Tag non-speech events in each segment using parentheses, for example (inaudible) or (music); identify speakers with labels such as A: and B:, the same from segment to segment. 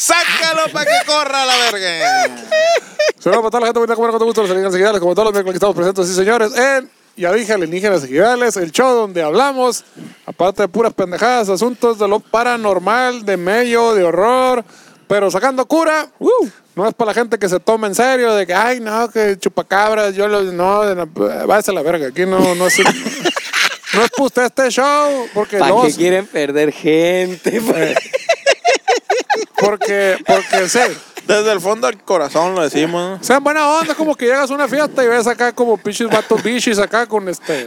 A: ¡Sácalo para que corra la verga!
B: Saludos para toda la gente bonita, como no, con todo gusto, los alienígenas ejidales, como todos los miércoles que estamos presentes, sí señores, en Ya dije, alienígenas ejidales, el show donde hablamos, aparte de puras pendejadas, asuntos de lo paranormal, de medio, de horror, pero sacando cura, ¡uh! no es para la gente que se toma en serio, de que, ay, no, que chupacabras, yo lo, no, de la- váyase a la verga, aquí no, no es... (laughs) No es para usted este show, porque
C: ¿Para
B: no,
C: qué quieren perder
A: Eh,
C: gente? pues.
B: porque, porque, sí.
A: Desde el fondo del corazón lo decimos.
B: Sean buena onda, como que llegas a una fiesta y ves acá como pinches vatos bichis acá con este.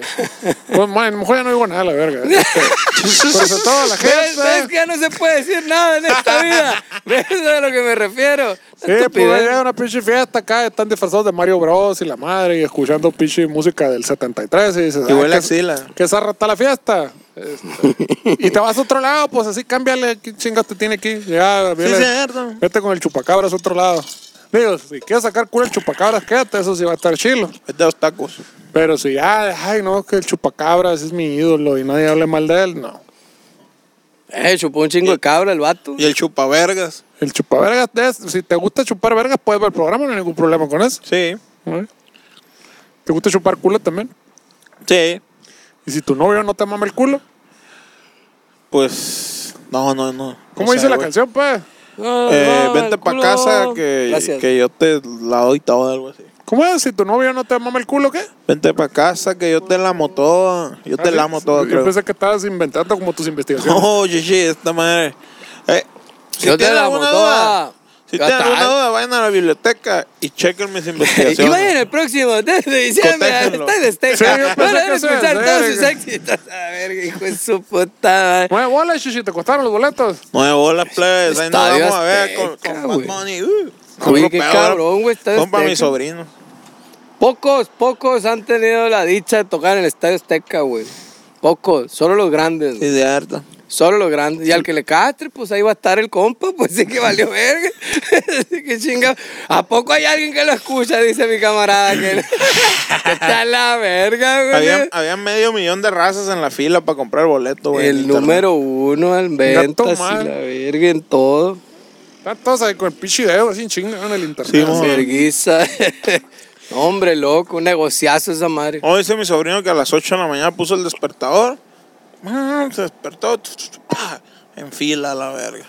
B: Con, man, a lo mejor ya no digo nada, la verga. Este, pero sobre todo
C: (laughs)
B: la
C: ¿Ves, ves que
B: gente. eh,
C: ya no se puede decir nada en esta (laughs) vida? ¿Ves a lo que me refiero?
B: Sí, pues
C: Estupidez.
B: llega una pinche fiesta acá, están disfrazados de Mario Bros y la madre y escuchando pinche música del 73 y dices,
A: Y huele
B: "Ah,
A: a axila".
B: ¿Qué zarra está la fiesta? Este, y te vas a otro lado, pues así cámbiale, ¿qué chingas te tiene aquí? Ya, viene-
A: cierto.
B: Vete con el chupacabras a otro lado. Digo, si quieres sacar cura el chupacabras, quédate, eso sí va a estar chilo.
A: Es de los tacos.
B: Pero si ya, ay, no, que el chupacabras es mi ídolo y nadie hable mal de él, no.
C: Eh, chupó un chingo de cabra el vato.
A: Y el chupavergas.
B: El chupavergas, es- si te gusta chupar vergas, puedes ver el programa, no hay ningún problema con eso.
A: Sí.
B: ¿eh? ¿Te gusta chupar culo también?
A: Sí.
B: Y si tu novio no te mama el culo,
A: Pues. No, no, no.
B: ¿cómo
A: O sea,
B: dice la
A: güey.
B: canción, pues?
A: Eh,
C: Ah,
A: vente
C: el
A: pa'
C: culo.
A: casa que,
C: Gracias.
A: que yo te la doy toda, algo así.
B: ¿Cómo es? Si tu novio no te mama el culo, ¿qué?
A: Vente pa' casa que yo te la amo toda. Yo te la amo toda,
B: Yo
A: creo.
B: pensé que estabas inventando como tus (laughs) investigaciones.
A: No, sí, sí, esta madre. Eh, si
C: Yo te
A: tienen
C: la amo
A: alguna
C: toda.
A: duda, si
C: Ya
A: tienen
C: está.
A: alguna duda, vayan a la biblioteca y chequen
C: (laughs)
A: mis investigaciones.
C: (laughs) Y vayan el próximo 10 de diciembre.
A: Cotéjenlo.
C: Está de
B: Sí,
C: esteca.
B: yo pensé
C: Van a
B: que eso
C: escuchar
B: era
C: todos
B: serio.
C: sus éxitos. A ver, hijo de su puta. madre.
B: Bueno, bola, chichi, te costaron los boletos.
A: Nueve bolas, plebes. Ahí nos
C: Estadio
A: vamos a ver con,
C: Azteca,
A: con Bad
C: güey.
A: Bunny. Uh,
C: Oye,
A: otro
C: qué
A: pedo,
C: cabrón, güey, Estadio
A: Son para mis
C: Azteca.
A: sobrinos.
C: Pocos, pocos han tenido la dicha de tocar en el Estadio Azteca, güey. Pocos, solo los grandes, güey.
A: Y de harta.
C: Solo los grandes. Y al que le castre, pues ahí va a estar el compa, pues sí
A: (laughs)
C: que valió verga. Qué chinga. ¿A poco hay alguien que lo escucha? Dice mi camarada
A: (laughs)
C: que que está la verga, güey.
A: Había, ah, había medio millón de razas en la fila para comprar boleto, güey. en
C: el
A: internet.
C: número uno al
B: Gato
C: ventas y la
B: mal.
C: verga en todo.
B: Están todos ahí con el pinche dedo así en chinga en el
A: Sí,
B: internet.
A: mo.
C: Verguiza. (laughs) No, Hombre, loco, un negociazo esa madre.
A: Hoy dice mi sobrino que a las 8 de la mañana puso el despertador. Mm, Se despertó. tu, tu, tu, pa, En fila, a la verga.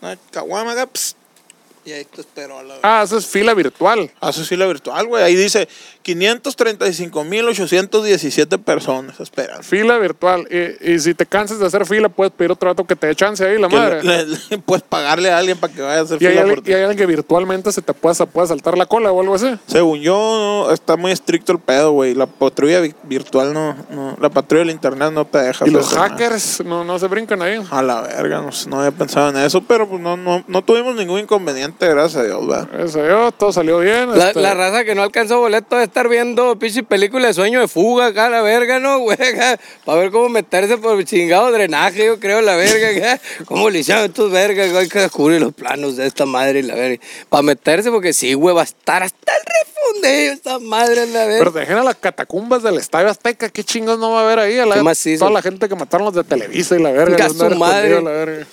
A: Una caguama acá. pss, Y ahí te
C: este
A: esperó a la verga.
B: Ah, eso es fila virtual.
A: Hace fila virtual, güey. Ahí dice 535.817 personas. Espera.
B: Fila virtual. Y, y si te cansas de hacer fila, puedes pedir otro rato que te dé chance ahí, la
A: Que
B: madre.
A: le- le- puedes pagarle a alguien para que vaya a hacer
B: y, hay
A: fila
B: alguien,
A: por
B: y
A: ti.
B: hay alguien que virtualmente se te pueda, se pueda saltar la cola o algo así.
A: Según yo, no, está muy estricto el pedo, güey. La patrulla vi- virtual no, no- La patrulla del internet no te deja.
B: Y
A: hacer
B: los
A: nada.
B: hackers no, no se brincan ahí.
A: A la verga, no, sé, no había pensado en eso, pero pues, no, no, no tuvimos ningún inconveniente, gracias a Dios, ¿verdad?
B: Eso yo, todo salió bien.
C: La,
B: este,
C: la raza que no alcanzó boleto de estar viendo pinche película de sueño de fuga acá, la verga, ¿no, (laughs) güey? Para ver cómo meterse por el chingado drenaje, yo creo, la verga, acá. ¿Cómo le hicieron estos vergas? güey? Hay que descubrir los planos de esta madre y la verga. Para meterse, porque sí, güey, va a estar hasta el refundeo esta madre, la verga.
B: Pero dejen a las catacumbas del Estadio Azteca. ¿Qué chingos no va a haber ahí? A la-
C: Qué macizo.
B: toda la gente que mataron los de Televisa y la verga.
C: Venga,
B: los de
C: su madre.
B: escondido, la verga.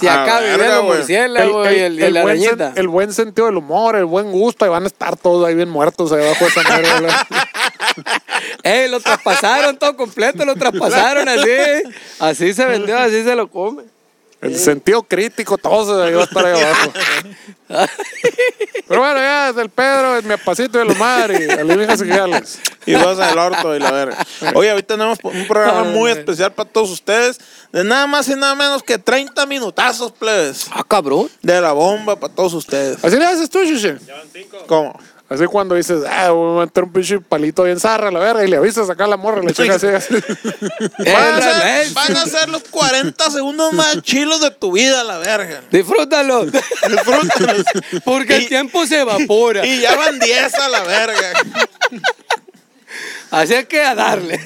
C: si
A: a
C: acá
A: la
C: vivían
A: verga,
C: los
A: güey.
C: murciélagos y el, y la
B: buen sen-
C: arañita.
B: el buen sentido del humor, el buen gusto, y van a estar todos ahí bien muertos ahí abajo de esa mierda.
C: (laughs)
B: la-
C: Ey, lo traspasaron todo completo, lo
B: (laughs)
C: traspasaron así. Así se vendió, así se lo come.
B: El sentido crítico, todo se iba a estar ahí abajo. Pero bueno, ya desde el Pedro, el mi apacito de la madre, alienígenas y gales.
A: Y vas al orto y la
B: (laughs)
A: verga. Oye, hoy tenemos un programa muy especial para todos ustedes. De nada más y nada menos que 30 minutazos, plebes.
C: Ah, cabrón.
A: De la bomba para todos ustedes.
B: Así le haces tú, Shushi.
A: ¿Cómo?
B: Así cuando dices, ah, voy a meter un pinche palito bien zarra, la verga, y le avisas acá a la morra, le checas así.
A: Van a,
C: Eh,
A: ser,
C: eh,
A: van a ser (laughs) los 40 segundos más chilos de tu vida, la verga.
C: Disfrútalo.
A: Disfrútalos.
C: (laughs) Porque
A: Y-
C: el tiempo se evapora.
A: Y ya van 10 a la verga.
C: Así es que
A: (laughs)
C: a darle.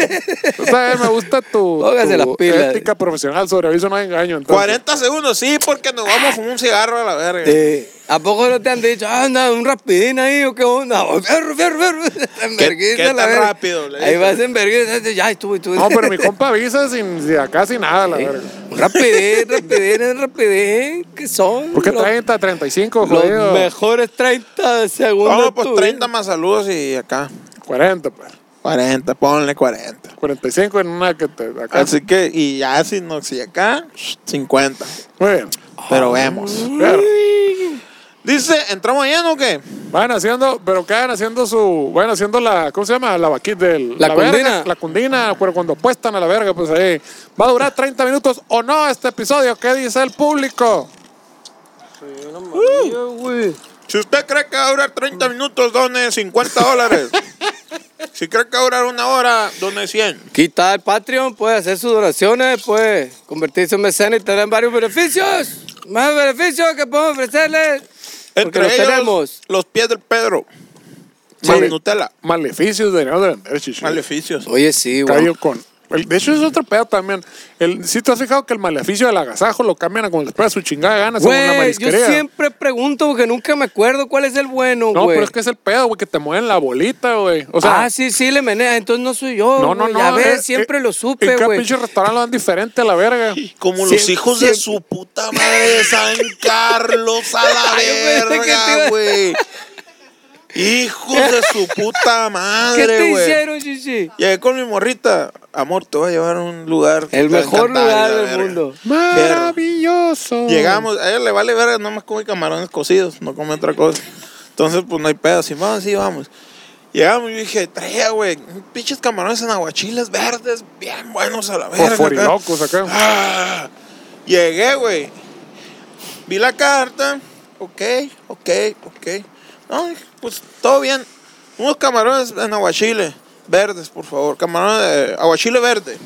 B: O sea, eh, me gusta tu,
C: Póngase las
B: tu
C: pilas.
B: ética profesional sobre aviso no hay engaño. entonces.
A: 40 segundos, sí, porque nos vamos con un cigarro a la verga.
C: Eh, ¿A poco no te han dicho, anda, un rapidín ahí o qué onda? O, Fierro, fierro, fierro. En
A: ¿Qué-
C: vergüenza,
A: qué tan
C: la verga.
A: rápido, le
C: Ahí
A: dicen?
C: vas en vergüenza. Ya, estuve, estuve.
B: No, pero mi compa avisa sin, sin acá sin nada, la verga.
C: (laughs) Un rapidín, rapidín, rapidín. ¿Qué son?
B: ¿Por qué
C: Los-
B: 30, 35,
C: Los
B: jodido?
C: mejores 30 segundos.
A: Vamos,
C: de
A: pues
C: tu
A: 30
C: vida.
A: más saludos y acá.
B: 40, pues.
A: 40, ponle 40.
B: 45 en una que te acá.
A: Así que, y ya si no, si acá, 50.
B: Muy bien.
A: Pero vemos.
B: Claro.
A: Dice, ¿entramos allá o qué?
B: Van haciendo, pero quedan haciendo su, van haciendo la, ¿cómo se llama? La vaquita del.
C: La
B: verga,
C: cundina.
B: la cundina, pero cuando apuestan a la verga, pues ahí. ¿Va a durar 30 minutos o no este episodio? ¿Qué dice el público?
A: Si usted cree que va a durar 30 minutos, done 50 (laughs) dólares. si cree que va a durar una hora, done 100.
C: Quita el Patreon, puede hacer sus donaciones, puede convertirse en mecena y tener varios beneficios. Más beneficios que podemos ofrecerles. Porque
A: Entre
C: los
A: ellos,
C: tenemos.
A: los pies del Pedro.
B: Sí.
A: Más Nutella.
B: Maleficios de no de vender, chichi.
A: Maleficios.
C: Oye, sí, güey.
B: Callo con. el- de hecho, es otro pedo también. El, si te has fijado que el maleficio del agasajo lo cambian a como les pega su chingada gana, según la
C: Güey, yo
B: marisquería.
C: siempre pregunto porque nunca me acuerdo cuál es el bueno, güey.
B: No, pero es que es el pedo, güey, que te mueven la bolita, güey. O sea,
C: ah, sí, sí, le menea. Entonces no soy yo.
B: no, no, no.
C: A ver,
B: eh,
C: siempre
B: eh,
C: lo
B: En
C: supe,
B: cada
C: güey.
B: pinche restaurante lo dan diferente a la verga.
A: Como los
C: Siempre-
A: hijos de
C: siempre-
A: su puta madre de
C: (laughs)
A: San Carlos a la
C: Yo pensé que te
A: verga,
C: iba- (laughs)
A: güey. Hijos de su puta
C: ¿Qué
A: madre,
C: te
A: güey.
C: hicieron, Chichi?
A: Llegué con mi morrita. Amor, te voy a llevar a un lugar. que
C: El
A: te va a
C: mejor
A: encantar,
C: lugar
A: la
C: del
A: verga.
C: mundo.
B: Maravilloso.
A: Llegamos, a ella le vale verga, nomás come camarones cocidos, no come otra cosa. Entonces, pues no hay pedo, sí, vamos, sí, vamos. Llegamos y yo dije, traía, güey, pinches camarones en aguachiles verdes, bien buenos a la verga. acá.
B: Fosforilocos acá.
A: Ah, llegué, güey. Vi la carta. Ok, ok, ok. No, dije, pues todo bien. Unos camarones en aguachile. Verdes, por favor. Camarones de aguachile verde.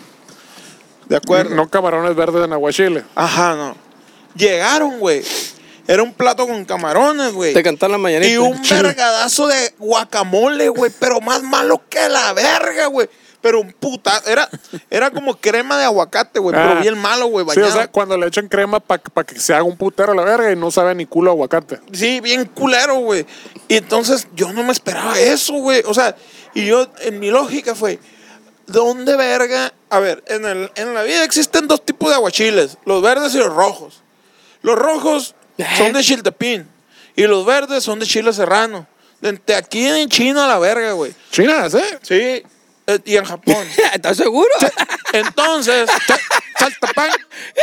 A: De acuerdo.
B: No camarones verdes en aguachile.
A: Ajá, no. Llegaron, güey. Era un plato con camarones, güey.
C: Te cantan la mañanita.
A: Y un vergadazo de guacamole, güey, pero más malo que la verga, güey. Pero un puta, era, era como crema de aguacate, güey,
B: Ah.
A: pero bien malo, güey,
B: Sí,
A: bañado.
B: o sea, cuando le echan crema para que se haga un putero a la verga y no sabe ni culo a aguacate.
A: Sí, bien culero, güey. Y entonces yo no me esperaba eso, güey. O sea, y yo, en mi lógica fue, ¿dónde verga? A ver, en, el, en la vida existen dos tipos de aguachiles, los verdes y los rojos. Los rojos son de chiltepín y los verdes son de chile serrano. De aquí en China, la verga, güey.
B: Chinas, ¿eh?
A: Sí, eh, y en Japón.
C: (laughs) ¿Estás seguro?
A: Entonces,
B: Saltapán,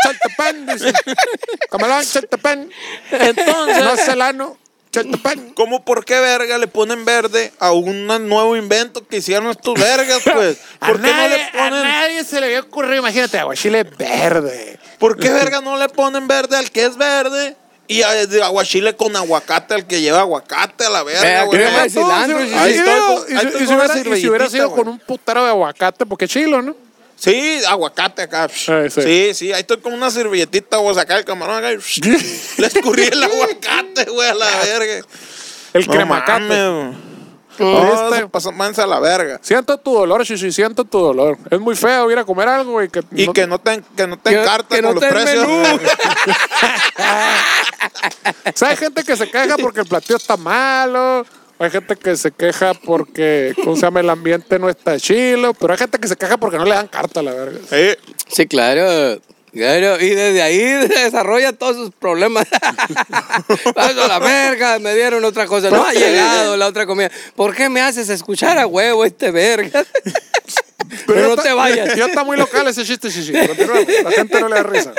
B: saltapán, dice. Camarón, saltapán.
A: entonces,
B: No celano, saltapán.
A: ¿Cómo por qué verga le ponen verde a un nuevo invento que hicieron estos vergas, pues? ¿Por qué no le ponen,
B: nadie se le había ocurrido, imagínate, aguachile verde.
A: por qué verga no le ponen verde al que es verde? Y a- de aguachile con aguacate al que lleva aguacate a la
B: Ah,
A: verga,
C: Vea,
A: güey.
C: Eh, crema de
A: Entonces,
C: cilantro,
B: Y,
C: sí,
A: ahí
C: sí.
A: estoy
B: digo,
A: con-
B: y
A: ahí estoy
B: si- y si
A: con
B: hubiera
A: una
B: sido- y si hubiera sido
A: servilletita,
B: con
A: güey.
B: un putero de aguacate, porque chilo, ¿no?
A: Sí, aguacate acá.
B: Ah, sí.
A: sí. sí, ahí estoy con una servilletita, voy a sacar el camarón acá y le
B: (laughs)
A: escurrí el aguacate, güey, a la verga.
B: El
A: No
B: cremacate.
A: mames. No,
B: Este-
A: se pasó mansa la verga.
B: Siento tu dolor, Shishi, siento tu dolor. Es muy feo ir a comer algo y que
A: Y
B: no-
A: que no te, que no te
C: Que-
A: encarten
C: que no
A: con los
C: está el
A: precios.
C: menú.
B: O sea, hay gente que se queja porque el platillo está malo. Hay gente que se queja porque, ¿cómo se llama? El ambiente no está chilo. Pero hay gente que se queja porque no le dan carta, la verga.
A: (laughs) Sí.
C: Sí, claro. Claro, y desde ahí (laughs) se desarrolla todos sus
B: (laughs)
C: problemas. Vamos a la verga, me dieron otra cosa.
B: (laughs)
C: No ha llegado la otra comida. ¿Por qué me haces escuchar a huevo este verga? Pero no
B: está-
C: te vayas.
B: Ya está muy local ese chiste, chichi. Continuamos. La gente no le da risa.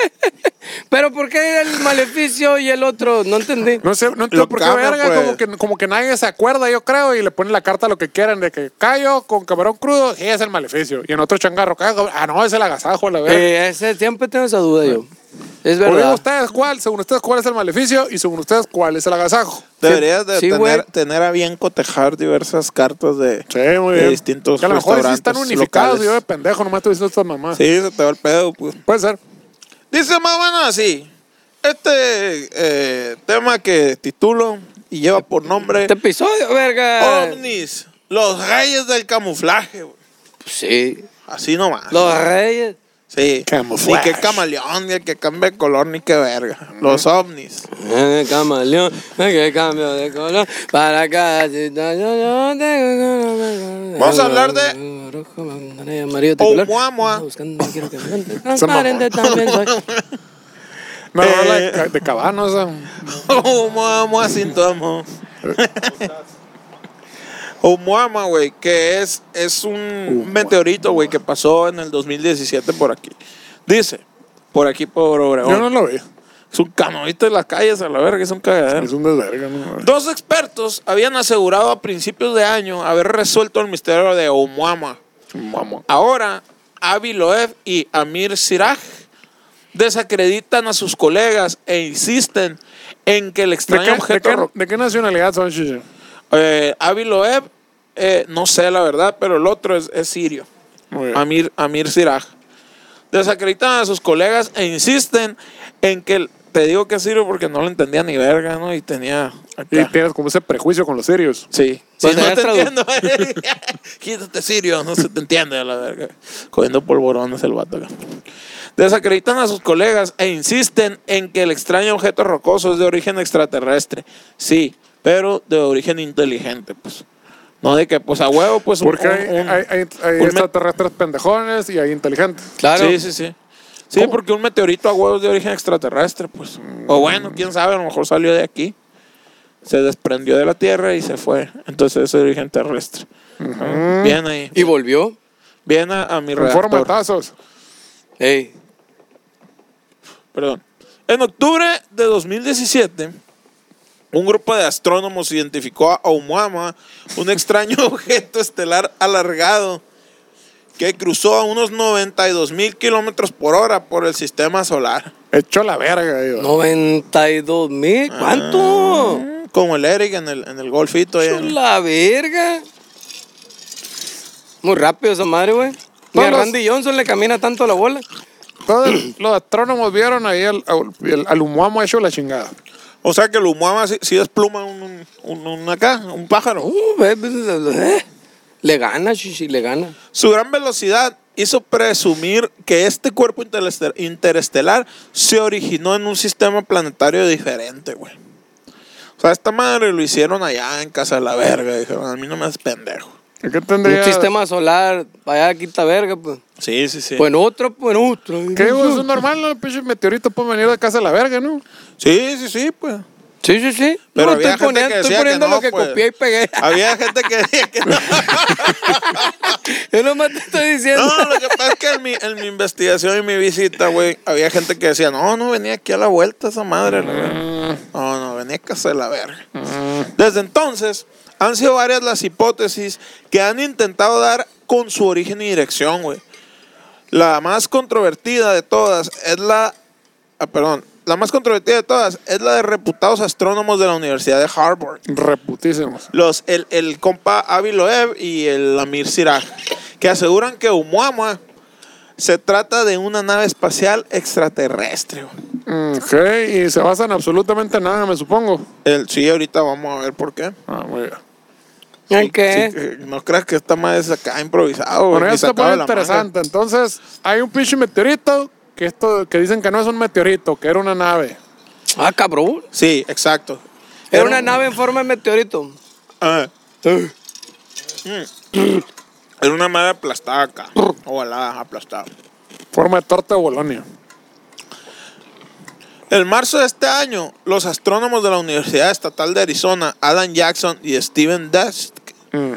C: Pero ¿por qué el maleficio y el otro? No entendí.
B: No sé, no entiendo por qué
A: cambia,
B: verga,
A: pues.
B: como, que, como que nadie se acuerda, yo creo, y le ponen la carta a lo que quieran, de que callo con camarón crudo, y es el maleficio. Y en otro changarro, "Cayo, cabrón". ah, no, es el agasajo, la verga.
C: Eh, ese, siempre tengo esa duda yo. Es
B: Por
C: verdad.
B: ustedes cuál, según ustedes cuál es el maleficio y según ustedes cuál es el agasajo.
A: Deberías de
C: sí, güey.
A: tener, tener a bien cotejar diversas cartas de,
B: Sí, muy
A: de
B: bien.
A: distintos
B: que a lo mejor sí
A: restaurantes
B: están unificados,
A: locales.
B: yo de pendejo, nomás estoy diciendo estas mamás.
A: Sí, se te va el pedo, pues.
B: Puede ser.
A: Dice más o menos así. Este eh, tema que titulo y lleva por nombre
C: Este episodio, verga.
A: OVNIs, los reyes del camuflaje. güey.
C: Sí.
A: Así nomás.
C: Los reyes.
A: sí.
B: Camuflaje.
A: Ni que camaleón, ni que cambie de color, ni que verga. Los ovnis.
C: Eh, camaleón, eh, que cambio de color para cada situación.
A: Vamos a hablar
C: de. Amarillo, tricolor.
A: Oh, mua, mua.
C: Buscando, quiero que me
A: (laughs)
C: encuentre. Transparente también soy.
B: No,
A: Eh.
B: la de, ca- de cabano, esa.
A: Humo, amo, sin tu (laughs) amo. Oumuamua, güey, que es, es un meteorito, güey, que pasó en el 2017 por aquí. Dice, por aquí por Obregón.
B: Yo no lo vi.
A: Es un canoito en las calles, a la verga, es un cagadero.
B: Es un desverga, ¿no?
A: Dos expertos habían asegurado a principios de año haber resuelto el misterio de Oumuamua.
B: Vamos.
A: Ahora, Avi Loeb y Amir Siraj desacreditan a sus colegas e insisten en que el
B: ¿De
A: extraño
B: qué, de,
A: objeto...
B: qué, de qué nacionalidad son, chichi?
A: Eh, Avi Loeb, eh, no sé la verdad, pero el otro es, es sirio.
B: Muy bien.
A: Amir, Amir Siraj. Desacreditan a sus colegas e insisten en que. el- Te digo que es sirio porque no lo entendía ni verga, ¿no? Y tenía. acá.
B: Y tienes como ese prejuicio con los sirios.
A: Sí. Si
C: Pues
A: no
C: tenías
A: te
C: tradu-
A: entiendo, (laughs) quítate sirio, no se te entiende a la verga. Cogiendo polvorones el vato acá. Desacreditan a sus colegas e insisten en que el extraño objeto rocoso es de origen extraterrestre. Sí, pero de origen inteligente, pues. No de que, pues a huevo, pues un-
B: Porque hay,
A: un- un-
B: hay, hay, hay
A: un me-
B: extraterrestres pendejones y hay inteligentes.
C: Claro.
A: Sí, sí, sí. Sí, porque un meteorito a huevos de origen extraterrestre, pues.
B: Mm.
A: O bueno, quién sabe, a lo mejor salió de aquí. Se desprendió de la Tierra y se fue. Entonces es de origen terrestre. Bien ahí.
C: Y volvió.
A: Bien a, a mi
B: En forma de
A: redactor.
B: tazos.
C: Ey.
A: Perdón. En octubre de 2017, un grupo de astrónomos identificó a Oumuamua, un extraño (laughs) objeto estelar alargado que cruzó a unos 92 mil kilómetros por hora por el sistema solar.
B: Echó la verga, digo.
C: 92 mil. ¿Cuánto?
A: Mm, Como el Eric en el, en el golfito. ahí en-
C: La verga. Muy rápido esa madre, güey. Ni a
B: Todos los-
C: Randy Johnson le camina tanto la bola.
B: Todos los astrónomos vieron ahí al, al, al- al Oumuamua hecho la chingada.
A: O sea que el humama sí, sí despluma un, un, un- un acá, un pájaro.
C: Uh, ve, ve, ve. Le gana, chichi, le gana.
A: Su gran velocidad hizo presumir que este cuerpo intereste- interestelar se originó en un sistema planetario diferente, güey. O sea, esta madre lo hicieron allá en casa de la verga. Dijeron, a mí no me haces pendejo.
B: ¿Y ¿Qué tendría?
C: Un sistema solar, allá quita verga, pues.
A: Sí, sí, sí.
C: Pues en otro, pues en otro.
B: ¿Qué digo? Eso es normal, ¿no? Pinche meteorito puede venir de casa a la verga, ¿no?
A: Sí, sí, sí, pues.
C: Sí, sí, sí.
A: Pero
C: no,
A: había
C: estoy
A: gente
C: poniendo,
A: que
C: estoy
A: decía que
C: poniendo
A: no,
C: lo que
A: pues.
C: copié y pegué. (laughs)
A: Había gente que decía que no.
C: Yo nomás te estoy diciendo.
A: No, lo que pasa es que en mi, en mi investigación y mi visita, güey, había gente que decía, no, no venía aquí a la vuelta esa madre, la verga. No, no, venía a casa de la verga. Desde entonces, han sido varias las hipótesis que han intentado dar con su origen y dirección, güey. La más controvertida de todas es la. ah, perdón. La más controvertida de todas es la de reputados astrónomos de la Universidad de Harvard.
B: Reputísimos.
A: Los, el, el compa Avi Loeb y el Amir Siraj, que aseguran que Oumuamua se trata de una nave espacial extraterrestre. güey.
B: Mm, Ok, y se basan absolutamente en nada, me supongo.
A: El, sí, ahorita vamos a ver por qué.
B: Ah, muy bien.
C: ¿En qué?
A: Sí, eh, no creas que esta madre es acá improvisado.
B: Bueno,
A: güey,
B: ya
A: ni
B: se
A: sacado de
B: pone
A: la manga.
B: interesante. Entonces, hay un pinche meteorito que esto que dicen que no es un meteorito, que era una nave.
C: Ah, cabrón.
A: Sí, exacto.
C: Era una nave en forma de meteorito.
A: Ah. Mm. Era una madre aplastada acá. Ovalada, aplastada.
B: Forma de torta de Bolonia.
A: En marzo de este año, los astrónomos de la Universidad Estatal de Arizona, Adam Jackson y Steven Desk,
B: Mm.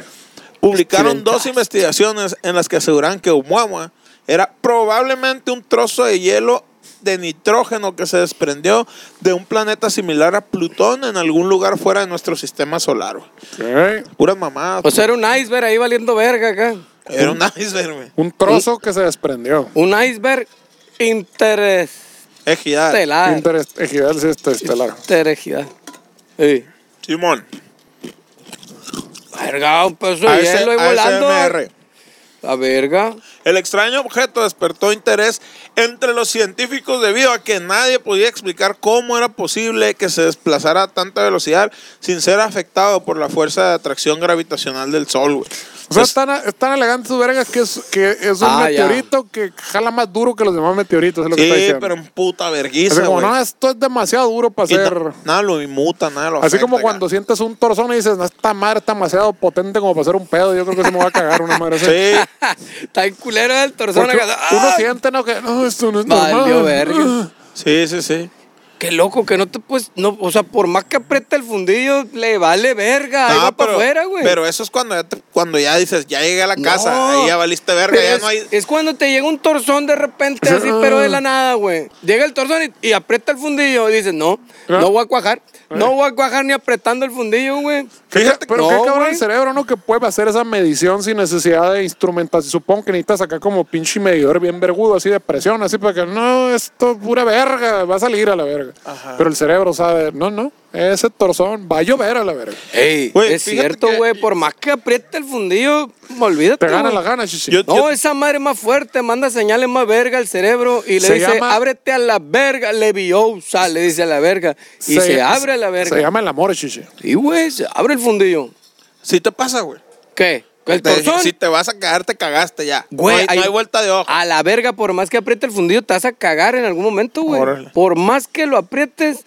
A: publicaron
C: Accidentaste.
A: dos investigaciones en las que aseguran que Oumuamua era probablemente un trozo de hielo de nitrógeno que se desprendió de un planeta similar a Plutón en algún lugar fuera de nuestro sistema solar. güey.
B: Ok.
A: Puras mamadas.
C: O sea, era un iceberg ahí valiendo verga acá.
A: era un (laughs) iceberg, güey.
B: Un trozo que se desprendió.
C: Un iceberg interestelar.
A: Ejidad.
B: Interest- Ejidal sí, este, estelar.
C: Interestelar. Sí.
A: Simón.
C: Verga, un peso de hielo ahí volando.
A: ASMR.
C: La verga.
A: El extraño objeto despertó interés entre los científicos debido a que nadie podía explicar cómo era posible que se desplazara a tanta velocidad sin ser afectado por la fuerza de atracción gravitacional del Sol. güey.
B: O sea,
A: Es-
B: es tan, es tan elegante sus vergas que es, que es un
C: Ah, ya.
B: meteorito que jala más duro que los demás meteoritos. Es lo que está
A: sí,
B: diciendo.
A: pero en puta
B: Así
A: vergüenza.
B: como,
A: güey.
B: no, esto es demasiado duro para
A: Y na-
B: ser.
A: nada lo inmuta, nada lo
B: Así como
A: afecta,
B: cuando sientes un torzón y dices, no, esta madre está demasiado potente como para hacer un pedo. Yo creo que se me va a cagar una madre así.
A: Sí,
C: Está el culero del torzón
B: Porque
C: acá.
B: uno
C: ¡Ah!
B: siente, no, que no, esto no es
C: Valió
B: normal. (laughs)
A: Ah.
C: verga.
A: sí, sí, sí.
C: Qué loco que no te puedes. No, o sea, por más que aprieta el fundillo, le vale verga. ahí
A: No,
C: va para
A: pero,
C: afuera, güey.
A: pero eso es cuando ya, te- cuando ya dices, ya llegué a la casa,
C: No,
A: ahí ya valiste verga,
C: pero
A: ya
C: es,
A: no hay...
C: es cuando te llega un torzón de repente, así,
B: Ah.
C: pero de la nada, güey. Llega el torzón y, y aprieta el fundillo. Y dices, no,
B: Ah.
C: no voy a cuajar. No voy a cuajar ni apretando el fundillo, güey.
A: Fíjate,
B: Pero
C: No,
B: qué cabrón
C: güey.
B: el cerebro, ¿no? Que puede hacer esa medición sin necesidad de instrumentación. Supongo que necesitas acá como pinche medidor bien vergudo, así de presión, así para que no, esto es pura verga, va a salir a la verga. Pero el cerebro sabe, no, no, ese torzón va a llover a la verga.
C: Ey,
A: Güey,
C: es
A: fíjate
C: cierto,
A: que-
C: güey. Por más que aprieta el fundillo, olvídate.
B: Te gana
C: güey.
B: la gana, chichi.
A: Yo-
C: No, esa madre es más fuerte, manda señales más verga al cerebro y le
B: Se
C: dice,
B: llama-
C: ábrete a la verga, leviosa, le dice a la verga. Y se, abre a la
B: Se
C: verga.
B: llama el amor, chichi.
C: Y güey, se abre el fundillo.
A: sí te pasa, güey.
C: ¿Qué? ¿El
A: Te-
C: torzón?
A: si te vas a cagar, te cagaste ya.
C: Güey,
A: Este, no, hay, no hay vuelta de hoja.
C: A la verga, por más que apriete el fundillo, te vas a cagar en algún momento, güey.
A: Órale.
C: Por más que lo aprietes,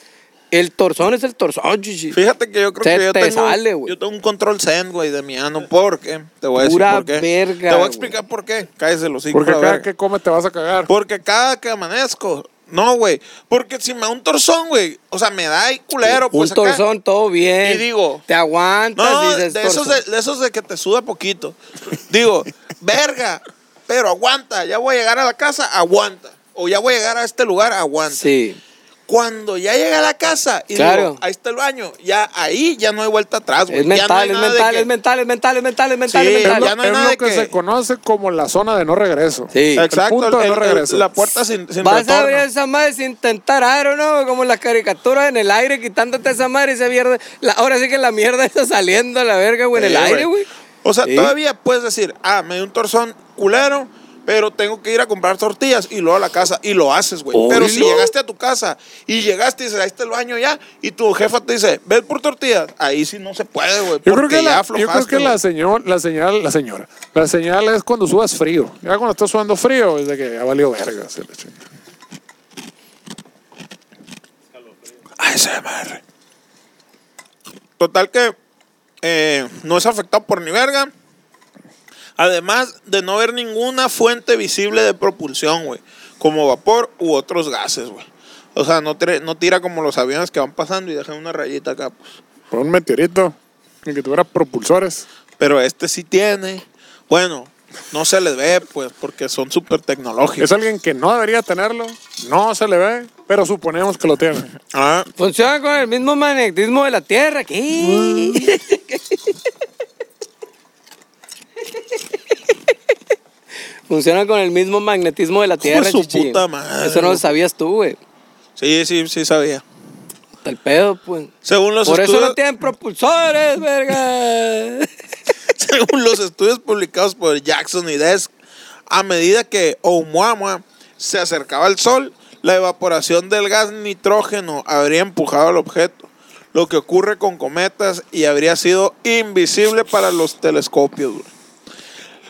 C: el torzón es el torzón, chichi.
A: Fíjate que yo creo
C: Se
A: que yo
C: te
A: tengo,
C: sale, güey.
A: yo tengo un control zen, güey, de mi ano. ¿Por qué? Te voy a decir
C: Pura
A: por qué.
C: verga,
A: te voy
C: güey.
A: a explicar por qué. Cállese los hijos.
B: Porque cada que comes te vas a cagar.
A: Porque cada que amanezco. No, güey. Porque si me da un torzón, güey. O sea, me da y culero.
C: Un
A: pues acá.
C: torzón, todo bien.
A: Y digo-
C: Te aguantas,
A: No,
C: dices
A: de esos de,
C: torzón.
A: de esos de que te suda poquito.
C: (laughs)
A: Digo, verga, pero aguanta. Ya voy a llegar a la casa, aguanta. O ya voy a llegar a este lugar, aguanta.
C: Sí.
A: Cuando ya llegué a la casa y
C: Claro.
A: digo, ahí está el baño, ya ahí ya no hay vuelta atrás, pues, güey.
C: Es
A: Ya no hay
C: mental, es
A: nada de
C: mental,
A: que-
C: es mental, es mental, es mental, es mental,
A: Sí,
C: es mental.
A: ya no hay
B: es
A: nada
B: lo que,
A: que-
B: se conoce como la zona de no regreso.
C: Sí.
B: El
A: Exacto,
B: punto de
A: el-
B: no
A: el-
B: regreso.
A: la puerta Ah, sin, sin
C: Vas a abrir
A: retorno.
C: esa madre sin intentar aro, ¿no? Como las caricaturas en el aire, quitándote esa madre y se pierde. La- ahora sí que la mierda (laughs) está saliendo a la verga, güey, en el
A: Sí,
C: aire, güey.
A: O sea,
C: Sí.
A: todavía puedes decir, ah, me dio un torzón culero, pero tengo que ir a comprar tortillas y luego a la casa y lo haces, güey.
C: Oilo.
A: Pero si llegaste a tu casa y llegaste y dices, ahí está el baño ya, y tu jefa te dice, ven por tortillas, ahí sí no se puede, güey. porque
B: Yo creo que,
A: ya
B: la, yo
A: aflojaste,
B: creo que la,
A: güey.
B: señor, la señal, la señora, la señal es cuando subas frío. Ya cuando estás sudando frío, es de que ya valió verga. se la chinga.
A: ASMR. Total que eh, no es afectado por ni verga. Además de no ver ninguna fuente visible de propulsión, güey. Como vapor u otros gases, güey. O sea, no, tre- no tira como los aviones que van pasando y dejan una rayita acá, pues.
B: Por un meteorito, ni que tuviera propulsores.
A: Pero este sí tiene. Bueno, no se les ve, pues, porque son súper
B: Es
A: tecnológicos.
B: alguien que no debería tenerlo, no se le ve, pero suponemos que lo tiene.
A: Ah,
C: Funciona con el mismo magnetismo de la Tierra. ¿Qué? (laughs) Funciona con el mismo magnetismo de la Tierra,
A: su
C: chichi.
A: puta madre.
C: Eso no lo sabías tú, güey.
A: sí, sí, sí sabía.
C: Está el pedo, pues.
A: Según los
C: Por eso
A: estudios-
C: no tienen
A: (laughs)
C: propulsores, verga.
A: Según los estudios publicados por Jackson y Desk, a medida que Oumuamua se acercaba al sol, la evaporación del gas nitrógeno habría empujado al objeto, lo que ocurre con cometas y habría sido invisible para los telescopios. güey.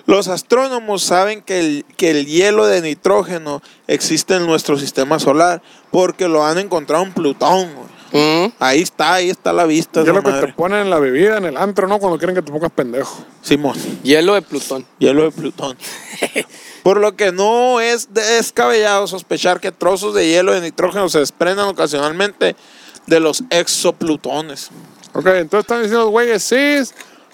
A: Los astrónomos saben que el, que el hielo de nitrógeno existe en nuestro sistema solar porque lo han encontrado en Plutón. güey.
C: Mm.
A: Ahí está, ahí está la vista.
B: Ya
A: esa
B: lo que
A: madre.
B: te ponen en la bebida, en el antro, ¿no? Cuando quieren que te pongas pendejo.
A: Simón.
C: Hielo de Plutón.
A: Hielo de Plutón. (laughs) Por lo que no es descabellado sospechar que trozos de hielo de nitrógeno se desprendan ocasionalmente de los exoplutones.
B: Ok, entonces están diciendo los güeyes, sí,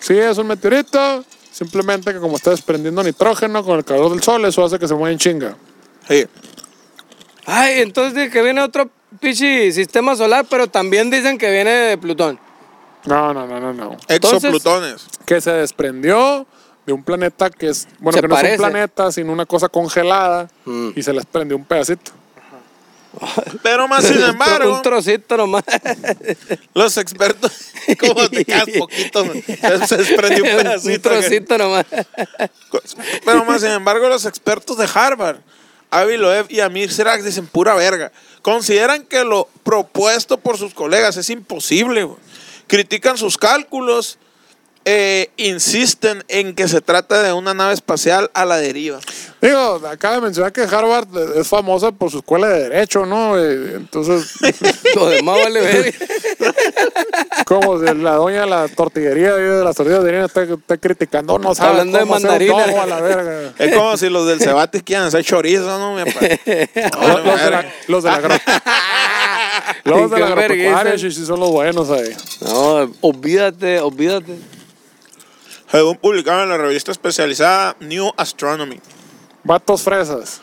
B: sí es un meteorito, Simplemente que como está desprendiendo nitrógeno con el calor del sol, eso hace que se mueva en chinga.
A: Sí.
C: Ay, entonces que viene otro pichi sistema solar, pero también dicen que viene de Plutón.
B: No, no, no, no, no.
C: Entonces-
A: Exoplutones.
B: Que se desprendió de un planeta que es, bueno,
C: Se
B: que no
C: parece. Mm.
B: es un planeta, sino una cosa congelada y se les prendió un pedacito.
A: Pero (laughs) más sin embargo,
C: (laughs) Un trocito nomás.
A: los expertos, (laughs) como te quedas poquito, (laughs) se desprendió (laughs) un
C: (laughs) un
A: pedacito.
C: trocito nomás. (laughs)
A: Pero más sin embargo, los expertos de Harvard, Avi Loeb y Amir Sirak dicen pura verga. Consideran que lo propuesto por sus colegas es imposible. güey. Critican sus cálculos. eh, insisten en que se trata de una nave espacial a la deriva.
B: Digo, acaba de mencionar que Harvard es famosa por su escuela de derecho, ¿no? Eh,
C: (laughs)
B: Entonces,
C: Lo demás vale ver.
B: como de la doña de la tortillería ahí de las tortillas de harina está, está criticando, no sabe
C: hablando de
B: cómo hacer un
C: mandarina.
B: dogo a la verga.
C: (laughs)
A: Es como si los del Cebatis quieran hacer chorizo, ¿no? Mi apa?
B: Los, los de la,
A: verga.
B: los de la
C: (laughs)
B: agro- los de la
C: Qué vergüenza.
B: agropecuaria, sí, sí, son los buenos ahí.
C: No, olvídate, olvídate.
A: Según publicado en la revista especializada New Astronomy.
B: Vatos fresas.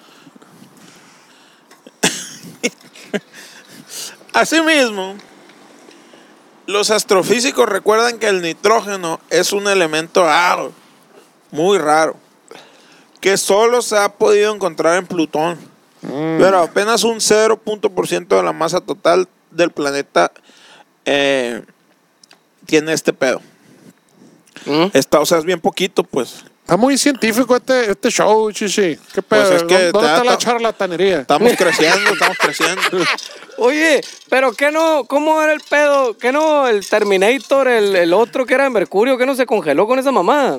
A: Asimismo, los astrofísicos recuerdan que el nitrógeno es un elemento raro, muy raro, que solo se ha podido encontrar en Plutón,
C: Mm.
A: pero apenas un 0.% de la masa total del planeta eh, tiene este pedo.
C: ¿Mm?
A: Está, o sea, es bien poquito, pues.
B: Está Ah, muy científico este, este show, chichi. ¿Qué
A: Pues
B: pedo?
A: es que
B: ¿Dónde, dónde
A: te
B: está
A: da-
B: la charlatanería?
A: Estamos creciendo, estamos creciendo.
C: (laughs) Oye, pero que no, ¿cómo era el pedo? ¿Qué no el Terminator, el, el otro que era de Mercurio, que no se congeló con esa mamada?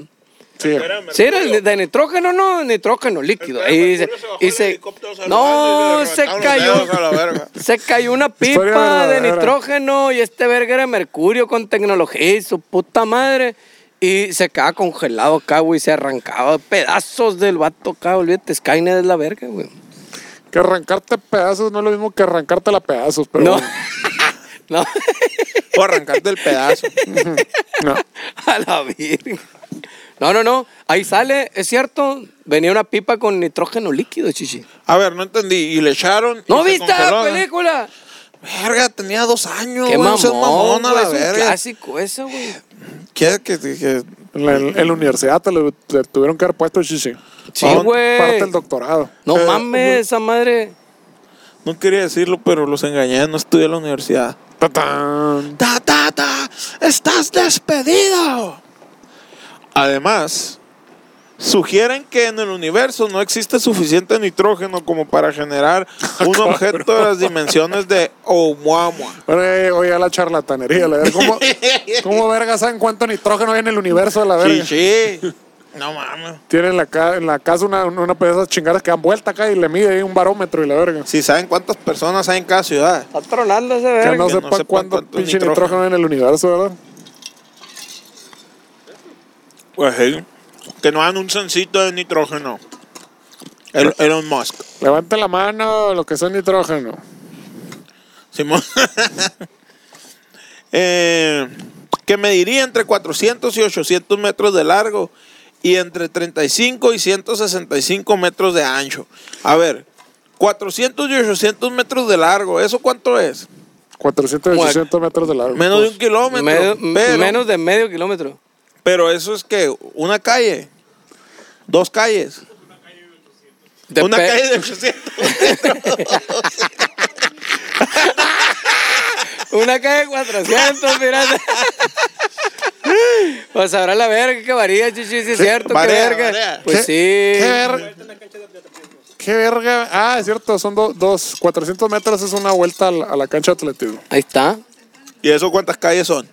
B: Sí.
C: Sí, era el de nitrógeno, no, nitrógeno líquido.
A: Espera,
C: Y
A: Mercurio se bajó del
C: se, y se-
A: helicóptero, se lo
C: no,
A: bajó y le
C: se
A: levantaron los
C: cayó.
A: dedos a la verga.
C: Se cayó una
B: Historia
C: pipa de
B: verdadera.
C: nitrógeno y este verga era mercurio con tecnología y su puta madre. Y se quedaba congelado acá, güey. Se arrancaba pedazos del vato acá, olvídate. Skynet es la verga, güey.
B: Que arrancarte pedazos no es lo mismo que arrancarte la pedazos, pero.
C: No.
B: bueno,
C: (laughs) no. (laughs)
A: O arrancarte el pedazo.
B: no.
C: A la virgen. No, no, no. Ahí sale, es cierto. Venía una pipa con nitrógeno líquido, chichi.
A: A ver, no entendí. Y le echaron. y
C: ¿No
A: se
C: viste la
A: congeló, ¿no?
C: película?
A: Verga, tenía dos años.
C: Qué
A: güey, no seas
C: mamón,
A: mamón a la
C: güey, es un
A: verga.
C: clásico eso, güey.
A: ¿Qué, que, que-
B: En la, en la universidad te lo te tuvieron que haber puesto, chichi.
C: Sí,
B: Parte-
C: güey.
B: Parte del doctorado.
C: No
A: Eh,
C: mames, esa madre.
A: No quería decirlo, pero los engañé. No estudié en la universidad.
B: ¡Tatán!
A: ¡Ta, ta, ta! ¡Estás despedido! Además, sugieren que en el universo no existe suficiente nitrógeno como para
C: (laughs)
A: generar
C: Ah,
A: un objeto de las dimensiones de Oumuamua.
B: Oye, oye, eh, la charlatanería, la verga.
A: (laughs)
B: ¿Cómo, ¿Cómo verga saben cuánto nitrógeno hay en el universo de la verga?
A: Sí, sí. No mames.
B: Tienen la ca- en la casa una, una de esas chingadas que dan vuelta acá y le mide ahí un barómetro y la verga.
A: Si saben cuántas personas hay en cada ciudad.
C: Está tronando ese
B: Que
C: verga.
B: no
A: no
B: sepan
A: sepan
B: cuánto
A: cuánto
B: pinche
A: nitrógeno.
B: nitrógeno hay en el universo, ¿verdad?
A: Pues sí. Que no hagan un sencito de nitrógeno. El- Elon Musk.
B: Levanten la mano lo que son nitrógeno.
A: Simón. (laughs) Eh, que mediría entre 400 y 800 metros de largo y entre 35 y 165 metros de ancho. A ver, 400 y 800 metros de largo, ¿eso cuánto es?
B: 400
C: Como
B: 800 metros de largo. pues.
A: Menos de un kilómetro.
C: Medio-
A: pero,
C: Pues, menos de medio kilómetro.
A: pero eso es que una calle, dos calles, una
C: Depe- (laughs)
A: calle de 800.
C: Una calle de 400,
A: (laughs)
C: pirata. Pues ahora la verga que varía, chichi, sí es cierto, qué
A: varía,
C: verga.
A: varía.
C: Pues
B: ¿Qué,
C: sí.
B: qué ver- qué verga? Ah, es cierto, son do- dos. 400 metros es una vuelta a la, a la cancha de atletismo.
C: Ahí está.
A: ¿Y eso cuántas calles son?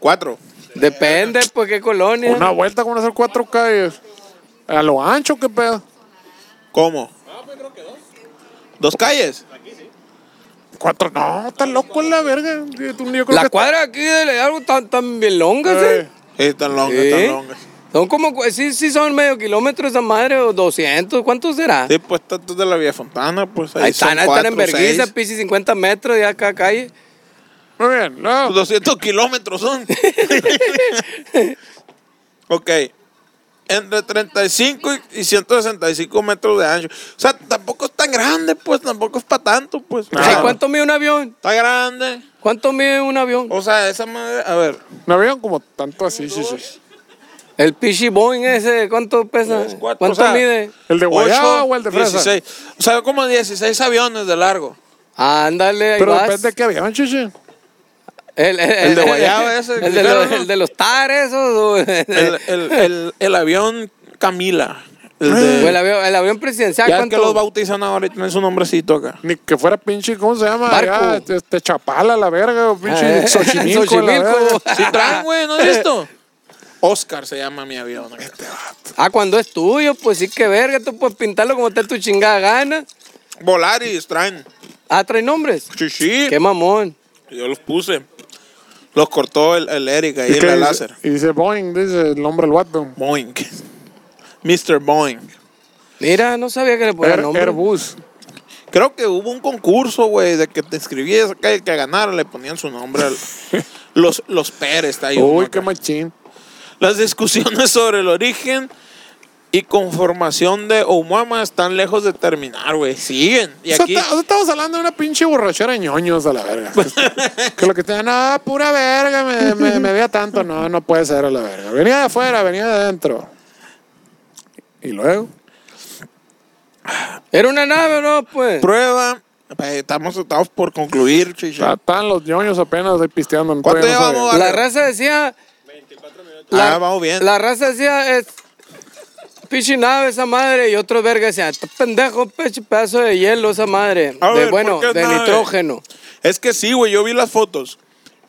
A: Cuatro.
C: Depende, pues qué colonia.
B: Una vuelta, ¿cómo van a hacer cuatro calles? A lo ancho, qué pedo.
A: ¿Cómo? ¿Dos calles?
B: Cuatro, no, está loco en la verga. Yo tú- yo creo
C: La
B: que-
C: cuadra aquí de Lealgo tan, tan bien longas,
B: Eh,
C: ¿eh?
A: Sí, están longas,
C: Sí.
A: están longas.
C: Son como, cu- sí, sí son medio kilómetros esa madre, o 200, ¿cuánto será?
A: Sí, pues están de la Vía Fontana, pues ahí,
C: ahí están,
A: son
C: ahí están en
A: cuatro,
C: vergüenza,
A: seis.
C: pichi 50 metros de acá a calle.
B: Muy bien, luego.
C: (laughs)
A: 200 kilómetros son. Ok. Entre 35 y- y 165 metros de ancho. O sea, tampoco es tan grande, pues, tampoco es para tanto, pues.
C: Ay, ¿Cuánto mide un avión?
A: Está grande.
C: ¿Cuánto mide un avión?
A: O sea, esa madre. A ver,
B: No habían como tanto así, sí, sí.
C: El pichi Boeing ese, ¿cuánto pesa?
A: tres, cuatro,
C: Eh, ¿Cuánto
A: o sea,
C: mide?
B: ¿El de guayaba
A: ocho,
B: o el de fresa?
A: 16. O sea, como 16 aviones de largo.
C: Ah, Ándale, ahí
B: Pero
C: vas.
B: depende de qué avión, chichi.
C: (laughs) El, el-
A: el de guayaba ese,
C: El de,
A: claro,
C: los,
A: ¿no?
C: el de los tar esos. o- (laughs) Eh.
A: El, el, el, el avión Camila. El
C: o el
A: de,
C: avión, el avión presidencial,
A: ya que
C: ¿cuánto?
A: los bautizan ahora y tienen su nombrecito acá.
B: Ni que fuera pinche, ¿cómo se llama?
C: Barco.
B: Allá, este, este, Chapala, la verga, o pinche
C: Eh,
B: Xochimilco. la
C: Xochimilco.
A: (laughs)
B: verga.
A: Sí, traen, güey,
C: (laughs)
A: ¿no es esto? Oscar se llama mi avión.
B: Este
C: ah, cuando es tuyo, pues sí que verga, tú puedes pintarlo como te dé tu chingada gana.
A: Volaris traen.
C: Ah, trae nombres.
A: Sí, sí.
C: Qué mamón.
A: Yo los puse. Los cortó el, el Eric ahí,
B: ¿Y
A: el
B: qué dice?
A: láser.
B: Y dice Boeing, dice el nombre del vato.
A: Boeing. Mr. Boeing.
C: Mira, no sabía que le ponían
A: Er-
B: Air-
C: nombre.
B: Er, Airbus.
A: Creo que hubo un concurso, güey, de que te escribías acá y el que ganara le ponían su nombre. al- los, los Pérez, está ahí. uno
B: Uy,
A: acá.
B: qué machín.
A: Las discusiones (laughs) sobre el origen y conformación de Oumuamua están lejos de terminar, güey. Siguen. Y
B: O sea,
A: aquí...
B: ta- o sea, estamos hablando de una pinche borrachera de ñoños a
A: (laughs)
B: la verga. que lo que te no, pura verga, me, me, me veía tanto. No, no puede ser a la verga. Venía de afuera, venía de adentro. Y luego.
C: Era una nave, ¿no? Pues.
A: Prueba. Eh, Estamos, estamos por concluir,
B: ya
A: chicha.
B: Están los ñoños apenas ahí pisteando.
A: ¿Cuánto
B: todavía no
A: llevamos?
B: sabían.
C: La raza decía.
A: Ah, vamos bien.
C: La raza decía. Es, Pichi nave esa madre y otros vergas decían, "Tú pendejo, pichi pedazo de hielo esa madre.
A: A ver,
C: de, bueno,
A: ¿por qué
C: de
A: nave?
C: nitrógeno.
A: Es que sí, güey, yo vi las fotos.